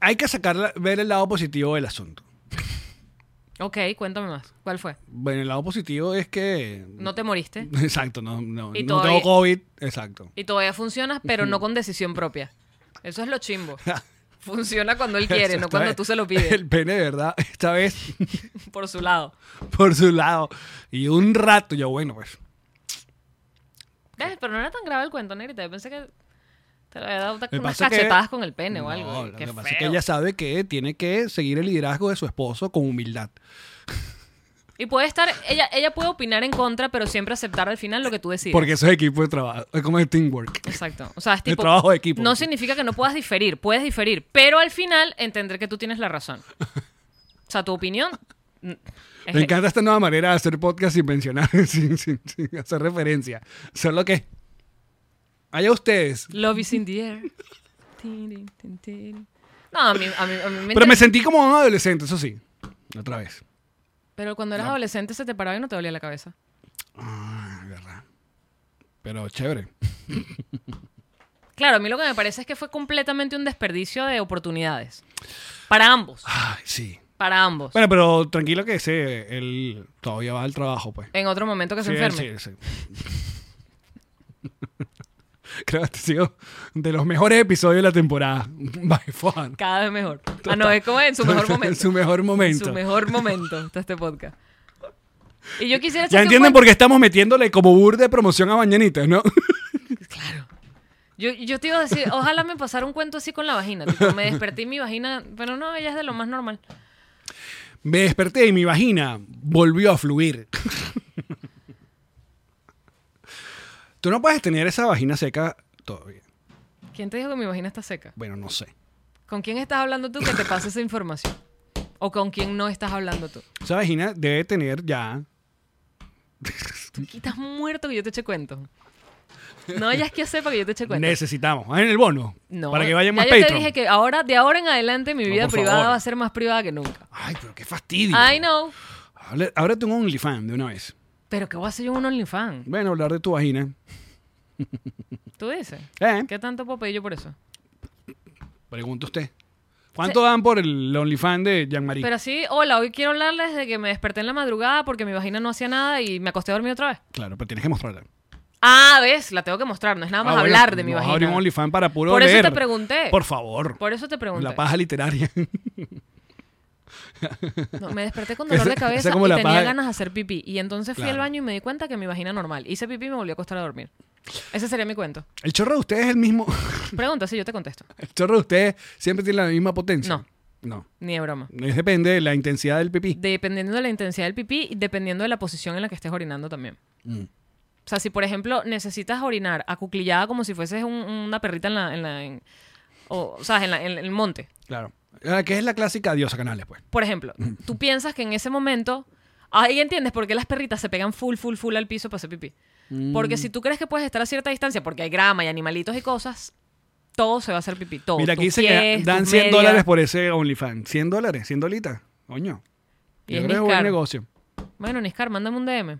Speaker 4: hay que sacar, la- ver el lado positivo del asunto.
Speaker 5: Ok, cuéntame más. ¿Cuál fue?
Speaker 4: Bueno, el lado positivo es que...
Speaker 5: No te moriste.
Speaker 4: Exacto, no, no,
Speaker 5: Y
Speaker 4: no tengo
Speaker 5: todavía-
Speaker 4: COVID, exacto.
Speaker 5: Y todavía funcionas, pero no con decisión propia. Eso es lo chimbo. Funciona cuando él quiere, no
Speaker 4: Esta
Speaker 5: cuando
Speaker 4: vez-
Speaker 5: tú se lo pides.
Speaker 4: El pene, de ¿verdad? Esta vez
Speaker 5: Por su lado.
Speaker 4: por su lado. Y un rato, yo, bueno, pues.
Speaker 5: ¿Ves? Pero no era tan grave el cuento, negrita. Yo pensé que te lo había dado
Speaker 4: Me
Speaker 5: unas
Speaker 4: pasa que-
Speaker 5: cachetadas con el pene o
Speaker 4: No,
Speaker 5: algo.
Speaker 4: lo
Speaker 5: Qué
Speaker 4: que pasa es que
Speaker 5: feo.
Speaker 4: ella sabe que tiene que seguir el liderazgo de su esposo con humildad.
Speaker 5: Y puede estar, ella, ella puede opinar en contra, pero siempre aceptar al final lo que tú decides.
Speaker 4: Porque eso es equipo de trabajo. Es como el teamwork.
Speaker 5: Exacto. O sea, es
Speaker 4: El
Speaker 5: tipo.
Speaker 4: trabajo de equipo.
Speaker 5: No significa que no puedas diferir, puedes diferir, pero al final entender que tú tienes la razón. O sea, tu opinión. mm, es-
Speaker 4: Me encanta esta nueva manera de hacer podcast sin mencionar, sin, sin- sin hacer referencia. Solo que. Allá ustedes.
Speaker 5: Love is in the air. Tiri, tin, tiri. No, a mí, a mí- a mí me
Speaker 4: Pero me
Speaker 5: inter-
Speaker 4: sentí como un adolescente, eso sí. Otra vez.
Speaker 5: Pero cuando eras adolescente se te paraba y no te dolía la cabeza.
Speaker 4: Ah, verdad. Pero chévere.
Speaker 5: Claro, a mí lo que me parece es que fue completamente un desperdicio de oportunidades. Para ambos.
Speaker 4: Ay, sí.
Speaker 5: Para ambos.
Speaker 4: Bueno, pero tranquilo que ese, él todavía va al trabajo, pues.
Speaker 5: en otro momento que se
Speaker 4: Sí,
Speaker 5: enferme.
Speaker 4: sí, sí. Creo que este ha sido de los mejores episodios de la temporada. By far.
Speaker 5: Cada vez mejor. Ah, no, es como en su mejor momento.
Speaker 4: En su mejor
Speaker 5: En
Speaker 4: momento.
Speaker 5: su mejor momento está este podcast. Y yo quisiera hacer
Speaker 4: Ya
Speaker 5: que
Speaker 4: entienden
Speaker 5: un
Speaker 4: por qué estamos metiéndole como bur de promoción a Mañanitas, ¿no?
Speaker 5: cuen- Yo, yo te iba a decir, ojalá me pasara un cuento así con la vagina. Tipo, me desperté y mi vagina. Pero no, ella es de lo más normal.
Speaker 4: Me desperté y mi vagina volvió a fluir. Tú no puedes tener esa vagina seca todavía.
Speaker 5: ¿Quién te dijo que mi vagina está seca?
Speaker 4: Bueno, no sé.
Speaker 5: ¿Con quién estás hablando tú que te pasa esa información? ¿O con quién no estás hablando tú?
Speaker 4: Esa vagina debe tener ya.
Speaker 5: Tú aquí estás muerto que yo te eche cuento. No hayas que hacer para que yo te eche cuento.
Speaker 4: Necesitamos. Ah, En el bono.
Speaker 5: no,
Speaker 4: Para que vayan más
Speaker 5: ya yo te
Speaker 4: Patreon.
Speaker 5: dije que ahora, de ahora en adelante, mi
Speaker 4: No,
Speaker 5: vida
Speaker 4: por
Speaker 5: privada
Speaker 4: favor.
Speaker 5: va a ser más privada que nunca.
Speaker 4: Ay, pero qué fastidio.
Speaker 5: I know.
Speaker 4: Ahora, ahora tengo un OnlyFans de una vez.
Speaker 5: Pero ¿qué voy a hacer yo en un OnlyFans?
Speaker 4: Bueno, hablar de tu vagina.
Speaker 5: ¿Tú dices?
Speaker 4: ¿Eh?
Speaker 5: ¿Qué tanto puedo pedir yo por eso?
Speaker 4: Pregunta usted. ¿Cuánto dan por el OnlyFans de Jean-Marie?
Speaker 5: Pero sí, hola, hoy quiero hablarles de que me desperté en la madrugada porque mi vagina no hacía nada y me acosté a dormir otra vez.
Speaker 4: Claro, pero tienes que mostrarla.
Speaker 5: Ah, ves, la tengo que mostrar, no es nada más
Speaker 4: Ah, bueno,
Speaker 5: hablar de mi
Speaker 4: no vas a abrir un
Speaker 5: vagina.
Speaker 4: OnlyFans para puro
Speaker 5: Por eso
Speaker 4: leer.
Speaker 5: te pregunté.
Speaker 4: Por favor.
Speaker 5: Por eso te pregunté.
Speaker 4: La paja literaria.
Speaker 5: No, me desperté con dolor
Speaker 4: Esa-
Speaker 5: de cabeza
Speaker 4: esa como
Speaker 5: y
Speaker 4: la
Speaker 5: tenía
Speaker 4: paja-
Speaker 5: ganas de hacer pipí. Y entonces fui al
Speaker 4: Claro.
Speaker 5: baño y me di cuenta que mi vagina normal. Hice pipí y me volví a acostar a dormir. Ese sería mi cuento.
Speaker 4: El chorro de ustedes es el mismo.
Speaker 5: Pregunta si yo te contesto.
Speaker 4: El chorro de ustedes siempre tiene la misma potencia.
Speaker 5: No.
Speaker 4: No.
Speaker 5: Ni de broma.
Speaker 4: Es- Depende de la intensidad del pipí. Mm.
Speaker 5: Dependiendo de la intensidad del pipí y dependiendo de la posición en la que estés orinando también. O sea, si por ejemplo necesitas orinar acuclillada como si fueses un- una perrita en la... En la- en- o, o sea, en, la- en el monte.
Speaker 4: Claro. Ah, Que es la clásica diosa canales, pues.
Speaker 5: Por ejemplo, tú piensas que en ese momento... Ahí entiendes por qué las perritas se pegan full, full, full al piso para hacer pipí. Porque
Speaker 4: Mm.
Speaker 5: si tú crees que puedes estar a cierta distancia, porque hay grama y animalitos y cosas, todo se va a hacer pipí. Todo.
Speaker 4: Mira, aquí
Speaker 5: Tus
Speaker 4: dice que
Speaker 5: pies,
Speaker 4: dan
Speaker 5: tus
Speaker 4: 100
Speaker 5: medias.
Speaker 4: dólares por ese OnlyFans. 100 dólares, 100 dolitas. Coño.
Speaker 5: Y
Speaker 4: Yo creo que es
Speaker 5: es
Speaker 4: un buen
Speaker 5: Niscar.
Speaker 4: negocio.
Speaker 5: Bueno, Niscar, mándame un DM.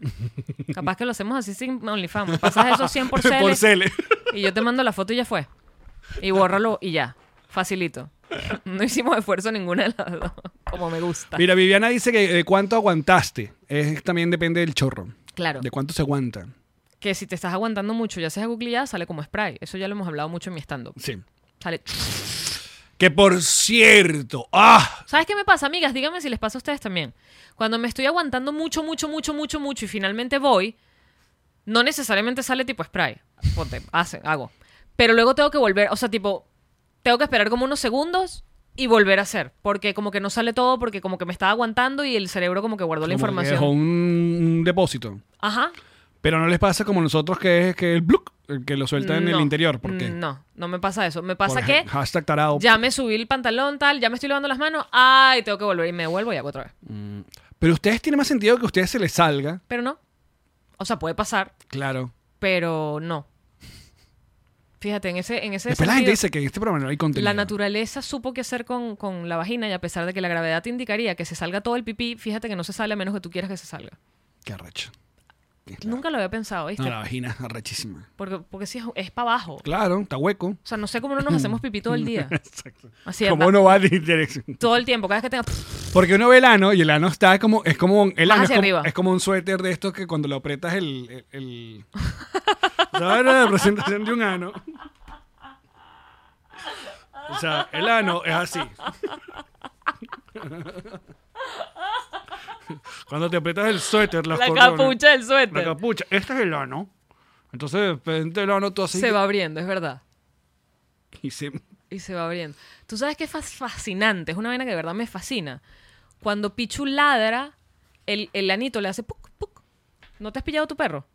Speaker 5: Capaz que lo hacemos así sin OnlyFans. Me Pasas esos 100 por
Speaker 4: Por
Speaker 5: celes
Speaker 4: cele.
Speaker 5: y yo te mando la foto y ya fue. Y bórralo y ya. Facilito. No hicimos esfuerzo ninguna de las dos. Como me gusta.
Speaker 4: Mira, Viviana dice que de cuánto aguantaste. Es, también depende del chorro.
Speaker 5: Claro.
Speaker 4: De cuánto se aguanta.
Speaker 5: Que si te estás aguantando mucho y haces aguclillada, sale como spray. Eso ya lo hemos hablado mucho en mi stand-up.
Speaker 4: Sí.
Speaker 5: Sale.
Speaker 4: Que por cierto. ¡Ah!
Speaker 5: ¿Sabes qué me pasa, amigas? Díganme si les pasa a ustedes también. Cuando me estoy aguantando mucho, mucho, mucho, mucho, mucho y finalmente voy, no necesariamente sale tipo spray. Ponte, hace, hago. Pero luego tengo que volver, o sea, tipo, tengo que esperar como unos segundos y volver a hacer. Porque como que no sale todo, porque como que me estaba aguantando y el cerebro como que guardó la
Speaker 4: Como que
Speaker 5: información.
Speaker 4: Dejó un, un depósito.
Speaker 5: Ajá.
Speaker 4: Pero no les pasa como nosotros que es que el bluk, el que lo suelta en
Speaker 5: No,
Speaker 4: el interior. ¿Por qué?
Speaker 5: No, no me pasa eso. Me pasa
Speaker 4: Por
Speaker 5: que
Speaker 4: ej- Hashtag tarado.
Speaker 5: ya me subí el pantalón, tal, ya me estoy lavando las manos, ay, tengo que volver y me vuelvo y hago otra vez.
Speaker 4: Pero ustedes tienen más sentido que a ustedes se les salga.
Speaker 5: Pero no. O sea, puede pasar.
Speaker 4: Claro.
Speaker 5: pero no. Fíjate, en ese, en ese
Speaker 4: Después la gente
Speaker 5: sentido,
Speaker 4: dice que en este programa no hay contenido.
Speaker 5: la naturaleza supo qué hacer con, con la vagina y a pesar de que la gravedad te indicaría que se salga todo el pipí, fíjate que no se sale a menos que tú quieras que se salga.
Speaker 4: Qué arrecho.
Speaker 5: Nunca lo había pensado, ¿viste?
Speaker 4: No, la vagina es arrechísima.
Speaker 5: Porque, porque sí es, para abajo.
Speaker 4: Claro, está hueco.
Speaker 5: O sea, no sé cómo no nos hacemos pipí todo el día.
Speaker 4: Exacto.
Speaker 5: Así es,
Speaker 4: Como
Speaker 5: va-
Speaker 4: uno va de dirección.
Speaker 5: Todo el tiempo, cada vez que tenga...
Speaker 4: Porque uno ve el ano y el ano está como. Es como. El
Speaker 5: Más
Speaker 4: ano
Speaker 5: hacia
Speaker 4: es, como
Speaker 5: arriba.
Speaker 4: es como un suéter de estos que cuando lo apretas el. el, el- ¿Sabes la representación de un ano? O sea, el ano es así. Cuando te apretas el suéter, las
Speaker 5: La
Speaker 4: cordones-
Speaker 5: capucha del
Speaker 4: La
Speaker 5: suéter.
Speaker 4: capucha. Este es el ano. Entonces, de repente el ano tú así.
Speaker 5: Se va abriendo, es verdad.
Speaker 4: Y se.
Speaker 5: Y se va abriendo. Tú sabes que es fas- fascinante, es una vaina que de verdad me fascina. Cuando Pichu ladra, el, el anito le hace puc, puc. ¿No te has pillado tu perro,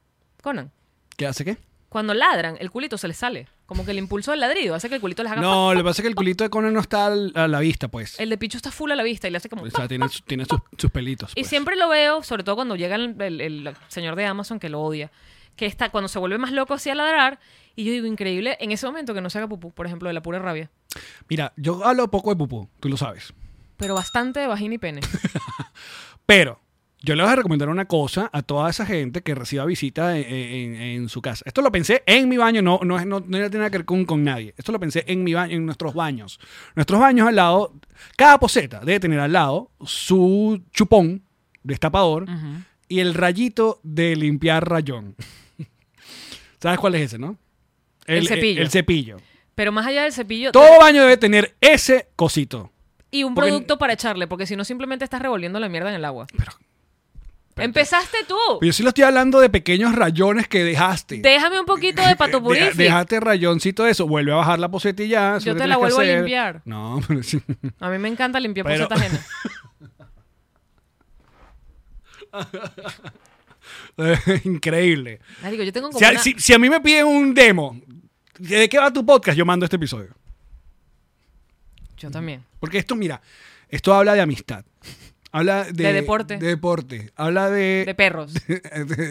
Speaker 5: Conan?
Speaker 4: ¿Qué hace qué?
Speaker 5: Cuando ladran, el culito se les sale. Como que el impulso del ladrido hace que el culito les haga
Speaker 4: No,
Speaker 5: pac,
Speaker 4: lo que
Speaker 5: pac.
Speaker 4: pasa es que el culito de Conan no está al- a la vista, pues.
Speaker 5: El de Pichu está full a la vista y le hace como...
Speaker 4: O
Speaker 5: pac.
Speaker 4: sea, tiene, su- tiene sus, sus pelitos.
Speaker 5: Y
Speaker 4: pues.
Speaker 5: siempre lo veo, sobre todo cuando llega el, el- el señor de Amazon que lo odia, que está cuando se vuelve más loco así a ladrar, y yo digo, increíble, en ese momento que no se haga pupú, por ejemplo, de la pura rabia.
Speaker 4: Mira, yo hablo poco de pupú, tú lo sabes.
Speaker 5: Pero bastante de vagina y pene.
Speaker 4: Pero yo le voy a recomendar una cosa a toda esa gente que reciba visitas en, en- en su casa. Esto lo pensé en mi baño, no, no, es- no, no tiene nada que ver con, con nadie. Esto lo pensé en mi baño, en nuestros baños. Nuestros baños al lado, cada poseta debe tener al lado su chupón destapador
Speaker 5: Mm.
Speaker 4: y el rayito de limpiar rayón. ¿Sabes cuál es ese, no?
Speaker 5: El cepillo.
Speaker 4: el cepillo.
Speaker 5: Pero más allá del cepillo...
Speaker 4: Todo baño debe tener ese cosito.
Speaker 5: Y un
Speaker 4: Porque-
Speaker 5: producto para echarle, porque si no simplemente estás revolviendo la mierda en el agua.
Speaker 4: Pero-
Speaker 5: Empezaste tú.
Speaker 4: Yo sí lo estoy hablando de pequeños rayones que dejaste.
Speaker 5: Déjame un poquito de
Speaker 4: Deja-
Speaker 5: patupurífico.
Speaker 4: Déjate rayoncito de eso. Vuelve a bajar la poseta y ya. eso
Speaker 5: Yo
Speaker 4: es lo
Speaker 5: te
Speaker 4: que
Speaker 5: la
Speaker 4: tienes que
Speaker 5: vuelvo a
Speaker 4: hacer.
Speaker 5: limpiar.
Speaker 4: No, pero sí.
Speaker 5: A mí me encanta limpiar
Speaker 4: Pero-
Speaker 5: posetas ajenas.
Speaker 4: Increíble.
Speaker 5: Marico, yo tengo como
Speaker 4: Si a,
Speaker 5: una-
Speaker 4: si- si a mí me piden un demo, ¿de qué va tu podcast? Yo mando este episodio.
Speaker 5: Yo también.
Speaker 4: Porque esto, mira, esto habla de amistad. Habla de,
Speaker 5: De deporte.
Speaker 4: De deporte. Habla de.
Speaker 5: De perros.
Speaker 4: de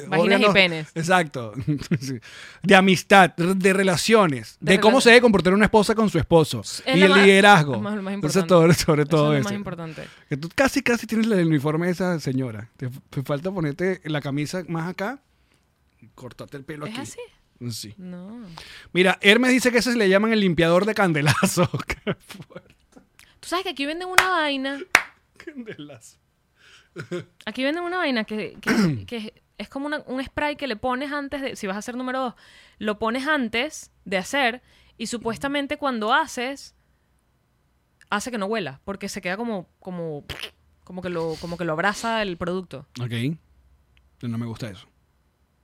Speaker 5: Vaginas y
Speaker 4: órganos-
Speaker 5: penes.
Speaker 4: Exacto. Sí. De amistad, de relaciones, de,
Speaker 5: De
Speaker 4: cómo
Speaker 5: rela-
Speaker 4: se debe comportar una esposa con su esposo.
Speaker 5: Es
Speaker 4: y
Speaker 5: lo
Speaker 4: el
Speaker 5: más-
Speaker 4: liderazgo.
Speaker 5: lo más- lo más
Speaker 4: Entonces,
Speaker 5: importante.
Speaker 4: todo, sobre todo
Speaker 5: Eso
Speaker 4: eso.
Speaker 5: es lo más importante.
Speaker 4: Que tú casi, casi tienes el uniforme de esa señora. Te, te falta ponerte la camisa más acá y cortarte el pelo
Speaker 5: ¿Es
Speaker 4: aquí.
Speaker 5: así?
Speaker 4: Sí.
Speaker 5: No.
Speaker 4: Mira, Hermes dice que ese se le llaman el limpiador de candelazo. Qué fuerte,
Speaker 5: Tú sabes que aquí venden una vaina.
Speaker 4: candelazo.
Speaker 5: Aquí venden una vaina que, que- que es- es como una- un spray que le pones antes de. Si vas a hacer número dos, lo pones antes de hacer y supuestamente cuando haces, hace que no huela porque se queda como. como como que lo como que lo abraza el producto.
Speaker 4: Ok. No me gusta eso.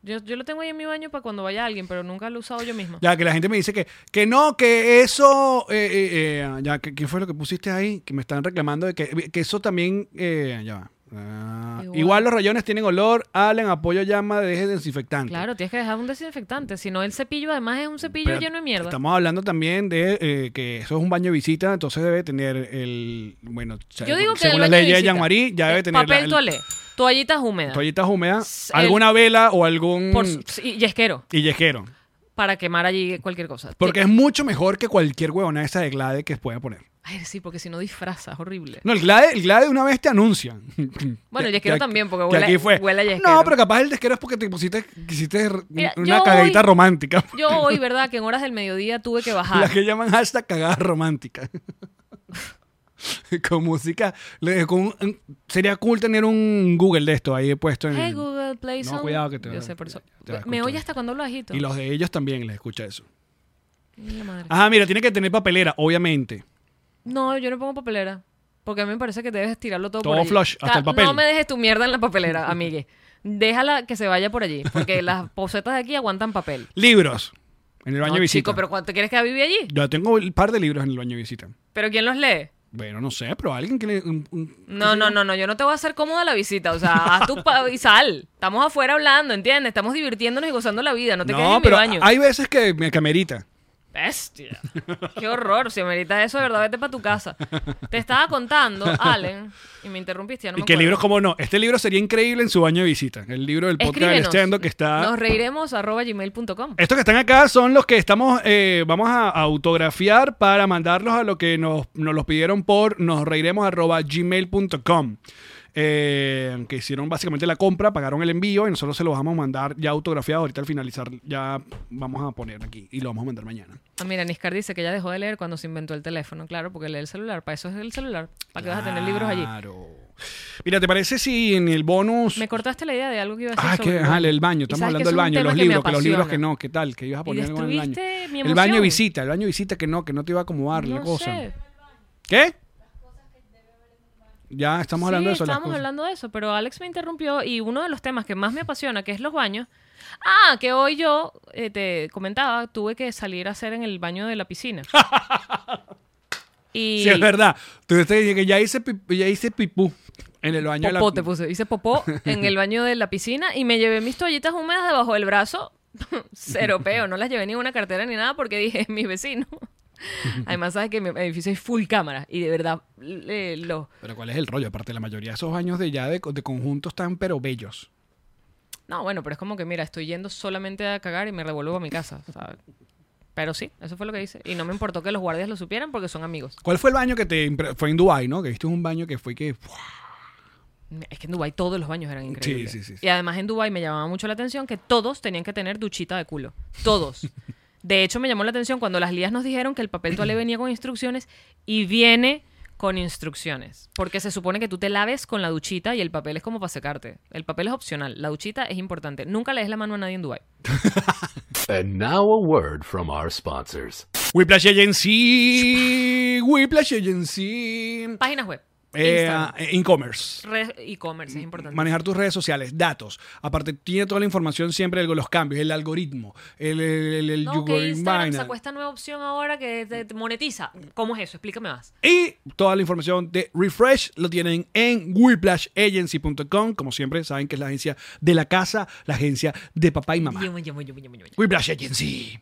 Speaker 5: Yo, yo lo tengo ahí en mi baño para cuando vaya alguien, pero nunca lo he usado yo misma.
Speaker 4: Ya, que la gente me dice que, que no, que eso. eh, eh, eh, ya, que, ¿qué fue lo que pusiste ahí? Que me están reclamando de que, que eso también. eh, ya va. Ah, igual.
Speaker 5: Igual.
Speaker 4: los rayones tienen olor, hablen, apoyo llama, deje desinfectante.
Speaker 5: Claro, tienes que dejar un desinfectante. Si no, el cepillo además es un cepillo
Speaker 4: Pero
Speaker 5: lleno de mierda.
Speaker 4: Estamos hablando también de eh, que eso es un baño de visita, entonces debe tener el. Bueno,
Speaker 5: Yo digo que
Speaker 4: según
Speaker 5: el
Speaker 4: la
Speaker 5: baño de
Speaker 4: ley de
Speaker 5: visita,
Speaker 4: Jean-Marie, ya debe
Speaker 5: eh,
Speaker 4: tener. la-
Speaker 5: Papel
Speaker 4: el-
Speaker 5: toalé, toallitas húmedas.
Speaker 4: toallitas húmedas,
Speaker 5: El-
Speaker 4: alguna vela o algún.
Speaker 5: por su- y yesquero,
Speaker 4: Y yesquero.
Speaker 5: para quemar allí cualquier cosa.
Speaker 4: Porque
Speaker 5: Te-
Speaker 4: es mucho mejor que cualquier huevona esa de Glade que pueda poner.
Speaker 5: Ay, sí, porque si no disfrazas, horrible.
Speaker 4: No, el Glade, el Glade una vez te anuncian.
Speaker 5: Bueno, el
Speaker 4: Que-
Speaker 5: yesquero
Speaker 4: que-
Speaker 5: también, porque
Speaker 4: que
Speaker 5: huele-
Speaker 4: aquí fue.
Speaker 5: huele a yesquero.
Speaker 4: No, pero capaz el yesquero es porque te pusiste, quisiste r-
Speaker 5: Mira,
Speaker 4: una
Speaker 5: yo
Speaker 4: cagadita
Speaker 5: hoy-
Speaker 4: romántica.
Speaker 5: Yo hoy, ¿verdad? Que en horas del mediodía tuve que bajar.
Speaker 4: La que llaman hashtag cagada romántica. con música. le- con un- sería cool tener un Google de esto ahí puesto en.
Speaker 5: Hey, Google Play
Speaker 4: No,
Speaker 5: Song.
Speaker 4: cuidado que te-
Speaker 5: Yo sé, por eso-
Speaker 4: te va a
Speaker 5: Me
Speaker 4: escuchar.
Speaker 5: oye hasta cuando hablo bajito.
Speaker 4: y Ah. los de ellos también les escucha eso.
Speaker 5: Mira, madre.
Speaker 4: Ajá, mira, tiene que tener papelera, obviamente.
Speaker 5: No, yo no pongo papelera. Porque a mí me parece que debes tirarlo todo,
Speaker 4: Todo
Speaker 5: por allí.
Speaker 4: flush, hasta
Speaker 5: Ca-
Speaker 4: el papel.
Speaker 5: No me dejes tu mierda en la papelera, amigue. Déjala que se vaya por allí. Porque las posetas de aquí aguantan papel.
Speaker 4: Libros. En el baño
Speaker 5: no,
Speaker 4: de visita.
Speaker 5: chico, pero ¿cuánto quieres que viva allí?
Speaker 4: Yo tengo un par de libros en el baño de visita.
Speaker 5: ¿Pero quién los lee?
Speaker 4: Bueno, no sé, pero alguien que le. un- un-
Speaker 5: No, no, no, no, yo no te voy a hacer cómoda la visita, o sea, haz tu pa- y sal. Estamos afuera hablando, ¿entiendes? Estamos divirtiéndonos y gozando la vida, no te quedes en
Speaker 4: pero
Speaker 5: mi baño.
Speaker 4: hay veces que me camerita.
Speaker 5: Bestia. Qué horror, si ameritas eso, de verdad, vete para tu casa. Te estaba contando, Allen, y me interrumpiste, ya no
Speaker 4: y
Speaker 5: me
Speaker 4: que
Speaker 5: acuerdo.
Speaker 4: libros como no. Este libro sería increíble en su baño de visita. El libro del podcast del
Speaker 5: Escríbenos.
Speaker 4: estendo que está.
Speaker 5: Nos reiremos arroba gmail.com.
Speaker 4: Estos que están acá son los que estamos, eh, vamos a autografiar para mandarlos a lo que nos, nos los pidieron por nosreiremos.gmail.com. Eh, que hicieron básicamente la compra, pagaron el envío y nosotros se los vamos a mandar ya autografiados. Ahorita al finalizar ya vamos a poner aquí y lo vamos a mandar mañana.
Speaker 5: Ah, mira, Niscar dice que ya dejó de leer cuando se inventó el teléfono, claro, porque lee el celular, para eso es el celular, para que vas a tener libros allí.
Speaker 4: Claro. Mira, ¿te parece si en el bonus...
Speaker 5: Me cortaste la idea de algo que iba a decir
Speaker 4: Ah, que
Speaker 5: sobre el
Speaker 4: ajá,
Speaker 5: baño.
Speaker 4: el baño,
Speaker 5: Y
Speaker 4: estamos
Speaker 5: sabes
Speaker 4: hablando
Speaker 5: que es
Speaker 4: del
Speaker 5: un
Speaker 4: baño,
Speaker 5: tema
Speaker 4: los
Speaker 5: que me
Speaker 4: libros, que los libros que
Speaker 5: apasiona.
Speaker 4: no, ¿qué tal? Que ibas a
Speaker 5: Y
Speaker 4: poner algo en el baño.
Speaker 5: destruiste mi
Speaker 4: el baño de
Speaker 5: emoción.
Speaker 4: visita, el baño de visita que no, que no te iba a acomodar la
Speaker 5: No
Speaker 4: cosa.
Speaker 5: sé.
Speaker 4: ¿Qué? Ya estamos hablando
Speaker 5: sí,
Speaker 4: de eso. las
Speaker 5: estábamos
Speaker 4: cosas.
Speaker 5: hablando de eso, pero Alex me interrumpió y uno de los temas que más me apasiona, que es los baños. Ah, que hoy yo eh, te comentaba, tuve que salir a hacer en el baño de la piscina. y
Speaker 4: Sí, es verdad. Tú te dije que ya hice, pi- ya hice pipú en el baño
Speaker 5: popó
Speaker 4: de
Speaker 5: te
Speaker 4: la
Speaker 5: puse, hice popó en el baño de la piscina y me llevé mis toallitas húmedas debajo del brazo. Cero peo, no las llevé ni en una cartera ni nada porque dije, mis vecinos. Además, sabes que mi edificio es full cámara y de verdad eh, los
Speaker 4: Pero ¿cuál es el rollo? Aparte, la mayoría de esos baños de ya de, co- de conjuntos están pero bellos.
Speaker 5: No, bueno, pero es como que, mira, estoy yendo solamente a cagar y me revuelvo a mi casa. o sea, Pero sí, eso fue lo que hice. Y no me importó que los guardias lo supieran porque son amigos.
Speaker 4: ¿Cuál fue el baño que te... impre- Fue en Dubai, ¿no? Que viste un baño que fue que...
Speaker 5: Es que en Dubái todos los baños eran increíbles.
Speaker 4: sí, sí, sí.
Speaker 5: Y además en Dubái me llamaba mucho la atención que todos tenían que tener duchita de culo. Todos. De hecho, me llamó la atención cuando las lías nos dijeron que el papel toalé venía con instrucciones y viene con instrucciones. Porque se supone que tú te laves con la duchita y el papel es como para secarte. El papel es opcional. La duchita es importante. Nunca le des la mano a nadie en Dubái.
Speaker 6: And now a word from our sponsors.
Speaker 4: Whiplash Agency. Whiplash Agency.
Speaker 5: Páginas web.
Speaker 4: Eh,
Speaker 5: Instagram.
Speaker 4: E-commerce.
Speaker 5: Re- e-commerce es importante.
Speaker 4: Manejar tus redes sociales, datos. Aparte, tiene toda la información siempre de los cambios, el algoritmo, el, el, el- el
Speaker 5: no, que
Speaker 4: algorithm
Speaker 5: Instagram
Speaker 4: binary.
Speaker 5: sacó esta nueva opción ahora que te- te monetiza. ¿Cómo es eso? Explícame más.
Speaker 4: Y toda la información de Refresh lo tienen en whiplashagency.com. Como siempre, saben que es la agencia de la casa, la agencia de papá y mamá.
Speaker 5: Yum, yum, yum, yum, yum, yum.
Speaker 4: Whiplash Agency.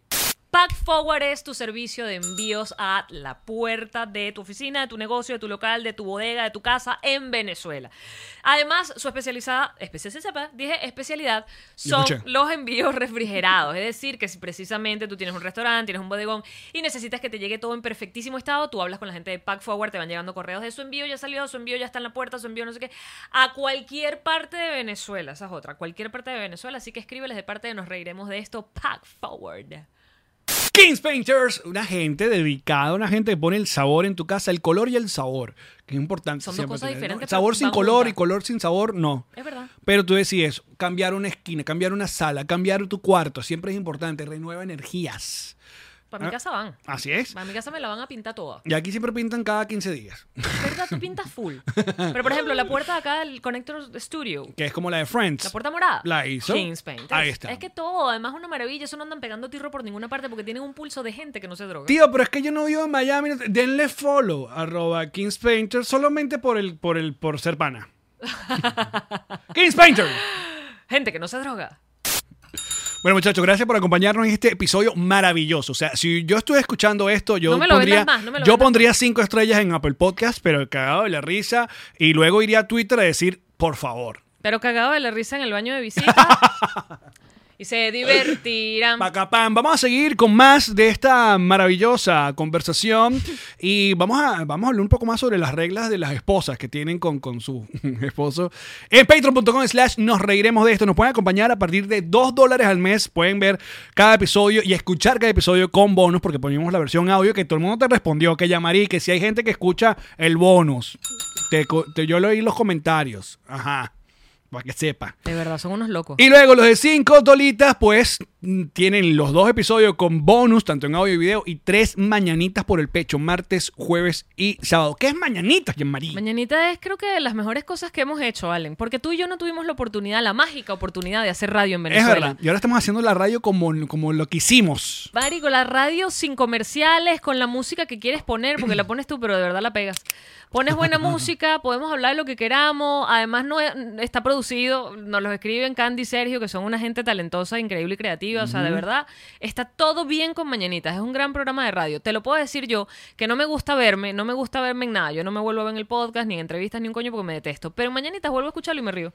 Speaker 5: Pack Forward es tu servicio de envíos a la puerta de tu oficina, de tu negocio, de tu local, de tu bodega, de tu casa en Venezuela. Además, su especializada, especialidad, dije especialidad, son
Speaker 4: escuché.
Speaker 5: los envíos refrigerados. Es decir, que si precisamente tú tienes un restaurante, tienes un bodegón y necesitas que te llegue todo en perfectísimo estado, tú hablas con la gente de Pack Forward, te van llegando correos de su envío ya salió, su envío ya está en la puerta, su envío no sé qué, a cualquier parte de Venezuela. Esa es otra, cualquier parte de Venezuela. Así que escríbeles de parte de Nos Reiremos de esto, Pack Forward.
Speaker 4: Kings Painters, una gente dedicada, una gente que pone el sabor en tu casa, el color y el sabor, que es importante.
Speaker 5: Son dos
Speaker 4: siempre
Speaker 5: cosas
Speaker 4: tener, ¿no?
Speaker 5: diferentes, pero
Speaker 4: Sabor sin
Speaker 5: van
Speaker 4: color
Speaker 5: juntas.
Speaker 4: y color sin sabor, no.
Speaker 5: Es verdad.
Speaker 4: Pero tú decides cambiar una esquina, cambiar una sala, cambiar tu cuarto, siempre es importante, renueva energías.
Speaker 5: Para
Speaker 4: Ah.
Speaker 5: mi casa van.
Speaker 4: Así es.
Speaker 5: Para mi casa me la van a pintar toda.
Speaker 4: Y aquí siempre pintan cada 15 días,
Speaker 5: ¿Verdad? Tú pintas full. Pero, por ejemplo, la puerta de acá del Connector Studio.
Speaker 4: que es como la de Friends.
Speaker 5: La puerta morada.
Speaker 4: La hizo.
Speaker 5: Kings Painters.
Speaker 4: Ahí está.
Speaker 5: Es que todo, además, es una maravilla. Eso no andan pegando tirro por ninguna parte porque tienen un pulso de gente que no se droga.
Speaker 4: Tío, pero es que yo no vivo en Miami. no- Denle follow, arroba Kings Painters, solamente por el, por el, por ser pana. Kings Painter.
Speaker 5: Gente que no se droga.
Speaker 4: Bueno, muchachos, gracias por acompañarnos en este episodio maravilloso. O sea, si yo estuve escuchando esto, yo
Speaker 5: No me lo
Speaker 4: pondría,
Speaker 5: vendas más, no me lo
Speaker 4: yo
Speaker 5: vendas
Speaker 4: pondría cinco estrellas en Apple Podcast, pero cagado de la risa. Y luego iría a Twitter a decir, por favor.
Speaker 5: Pero cagado de la risa en el baño de visita. y se divertirán.
Speaker 4: Pacapam. Vamos a seguir con más de esta maravillosa conversación y vamos a, vamos a hablar un poco más sobre las reglas de las esposas que tienen con, con su esposo. En patreon.com slash nos reiremos de esto. Nos pueden acompañar a partir de 2 dólares al mes. Pueden ver cada episodio y escuchar cada episodio con bonus porque ponemos la versión audio que todo el mundo te respondió, que llamarí, que si hay gente que escucha el bonus. Te co- te- yo leí los comentarios. Ajá. Para que sepa.
Speaker 5: De verdad, son unos locos.
Speaker 4: Y luego los de 5 dolitas, pues mm, tienen los dos episodios con bonus, tanto en audio y video, y tres mañanitas por el pecho, martes, jueves y sábado. ¿Qué es mañanitas, Jean-Marie?
Speaker 5: Mañanita es creo que de las mejores cosas que hemos hecho, Allen, porque tú y yo no tuvimos la oportunidad, la mágica oportunidad de hacer radio en
Speaker 4: es
Speaker 5: Venezuela.
Speaker 4: verdad. Y ahora estamos haciendo la radio como, como lo que hicimos.
Speaker 5: Marico, la radio sin comerciales, con la música que quieres poner, porque la pones tú, pero de verdad la pegas. Pones buena música, podemos hablar de lo que queramos, además no es- está producido, nos los escriben Candy y Sergio, que son una gente talentosa, increíble y creativa, o sea, de verdad, está todo bien con Mañanitas, es un gran programa de radio. Te lo puedo decir yo, que no me gusta verme, no me gusta verme en nada, yo no me vuelvo a ver en el podcast, ni en entrevistas, ni un coño, porque me detesto, pero en Mañanitas vuelvo a escucharlo y me río.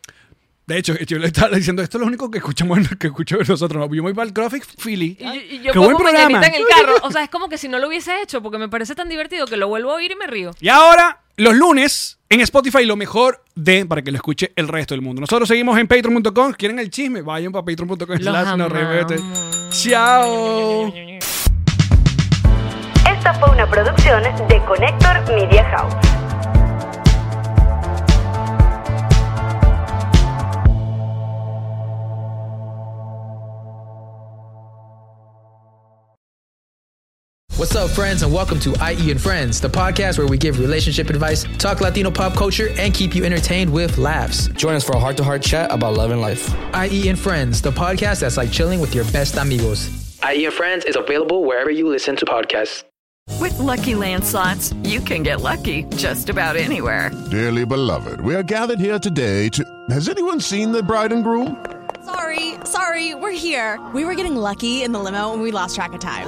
Speaker 4: De hecho, yo le estaba diciendo, esto es lo único que escuchamos que escucho de nosotros. ¿no? Yo me voy para el Graphic Philly.
Speaker 5: Y, yo- y yo
Speaker 4: ¡Qué
Speaker 5: pongo
Speaker 4: buen programa!
Speaker 5: Mañanita en el carro, o sea, es como que si no lo hubiese hecho, porque me parece tan divertido que lo vuelvo a oír y me río.
Speaker 4: Y ahora, los lunes, en Spotify, lo mejor de para que lo escuche el resto del mundo. Nosotros seguimos en patreon.com. ¿Quieren el chisme? Vayan para patreon.com.
Speaker 5: Los
Speaker 4: slash nos
Speaker 5: amamos.
Speaker 4: reiremos. Chao.
Speaker 1: Esta fue una producción de Connector Media House.
Speaker 7: What's up, friends, and welcome to IE and Friends, the podcast where we give relationship advice, talk Latino pop culture, and keep you entertained with laughs.
Speaker 8: Join us for a heart to heart chat about love and life.
Speaker 7: IE and Friends, the podcast that's like chilling with your best amigos.
Speaker 8: IE E and Friends is available wherever you listen to podcasts.
Speaker 9: With Lucky Land slots, you can get lucky just about anywhere.
Speaker 10: Dearly beloved, we are gathered here today to. Has anyone seen the bride and groom?
Speaker 11: Sorry, sorry, we're here. We were getting lucky in the limo and we lost track of time.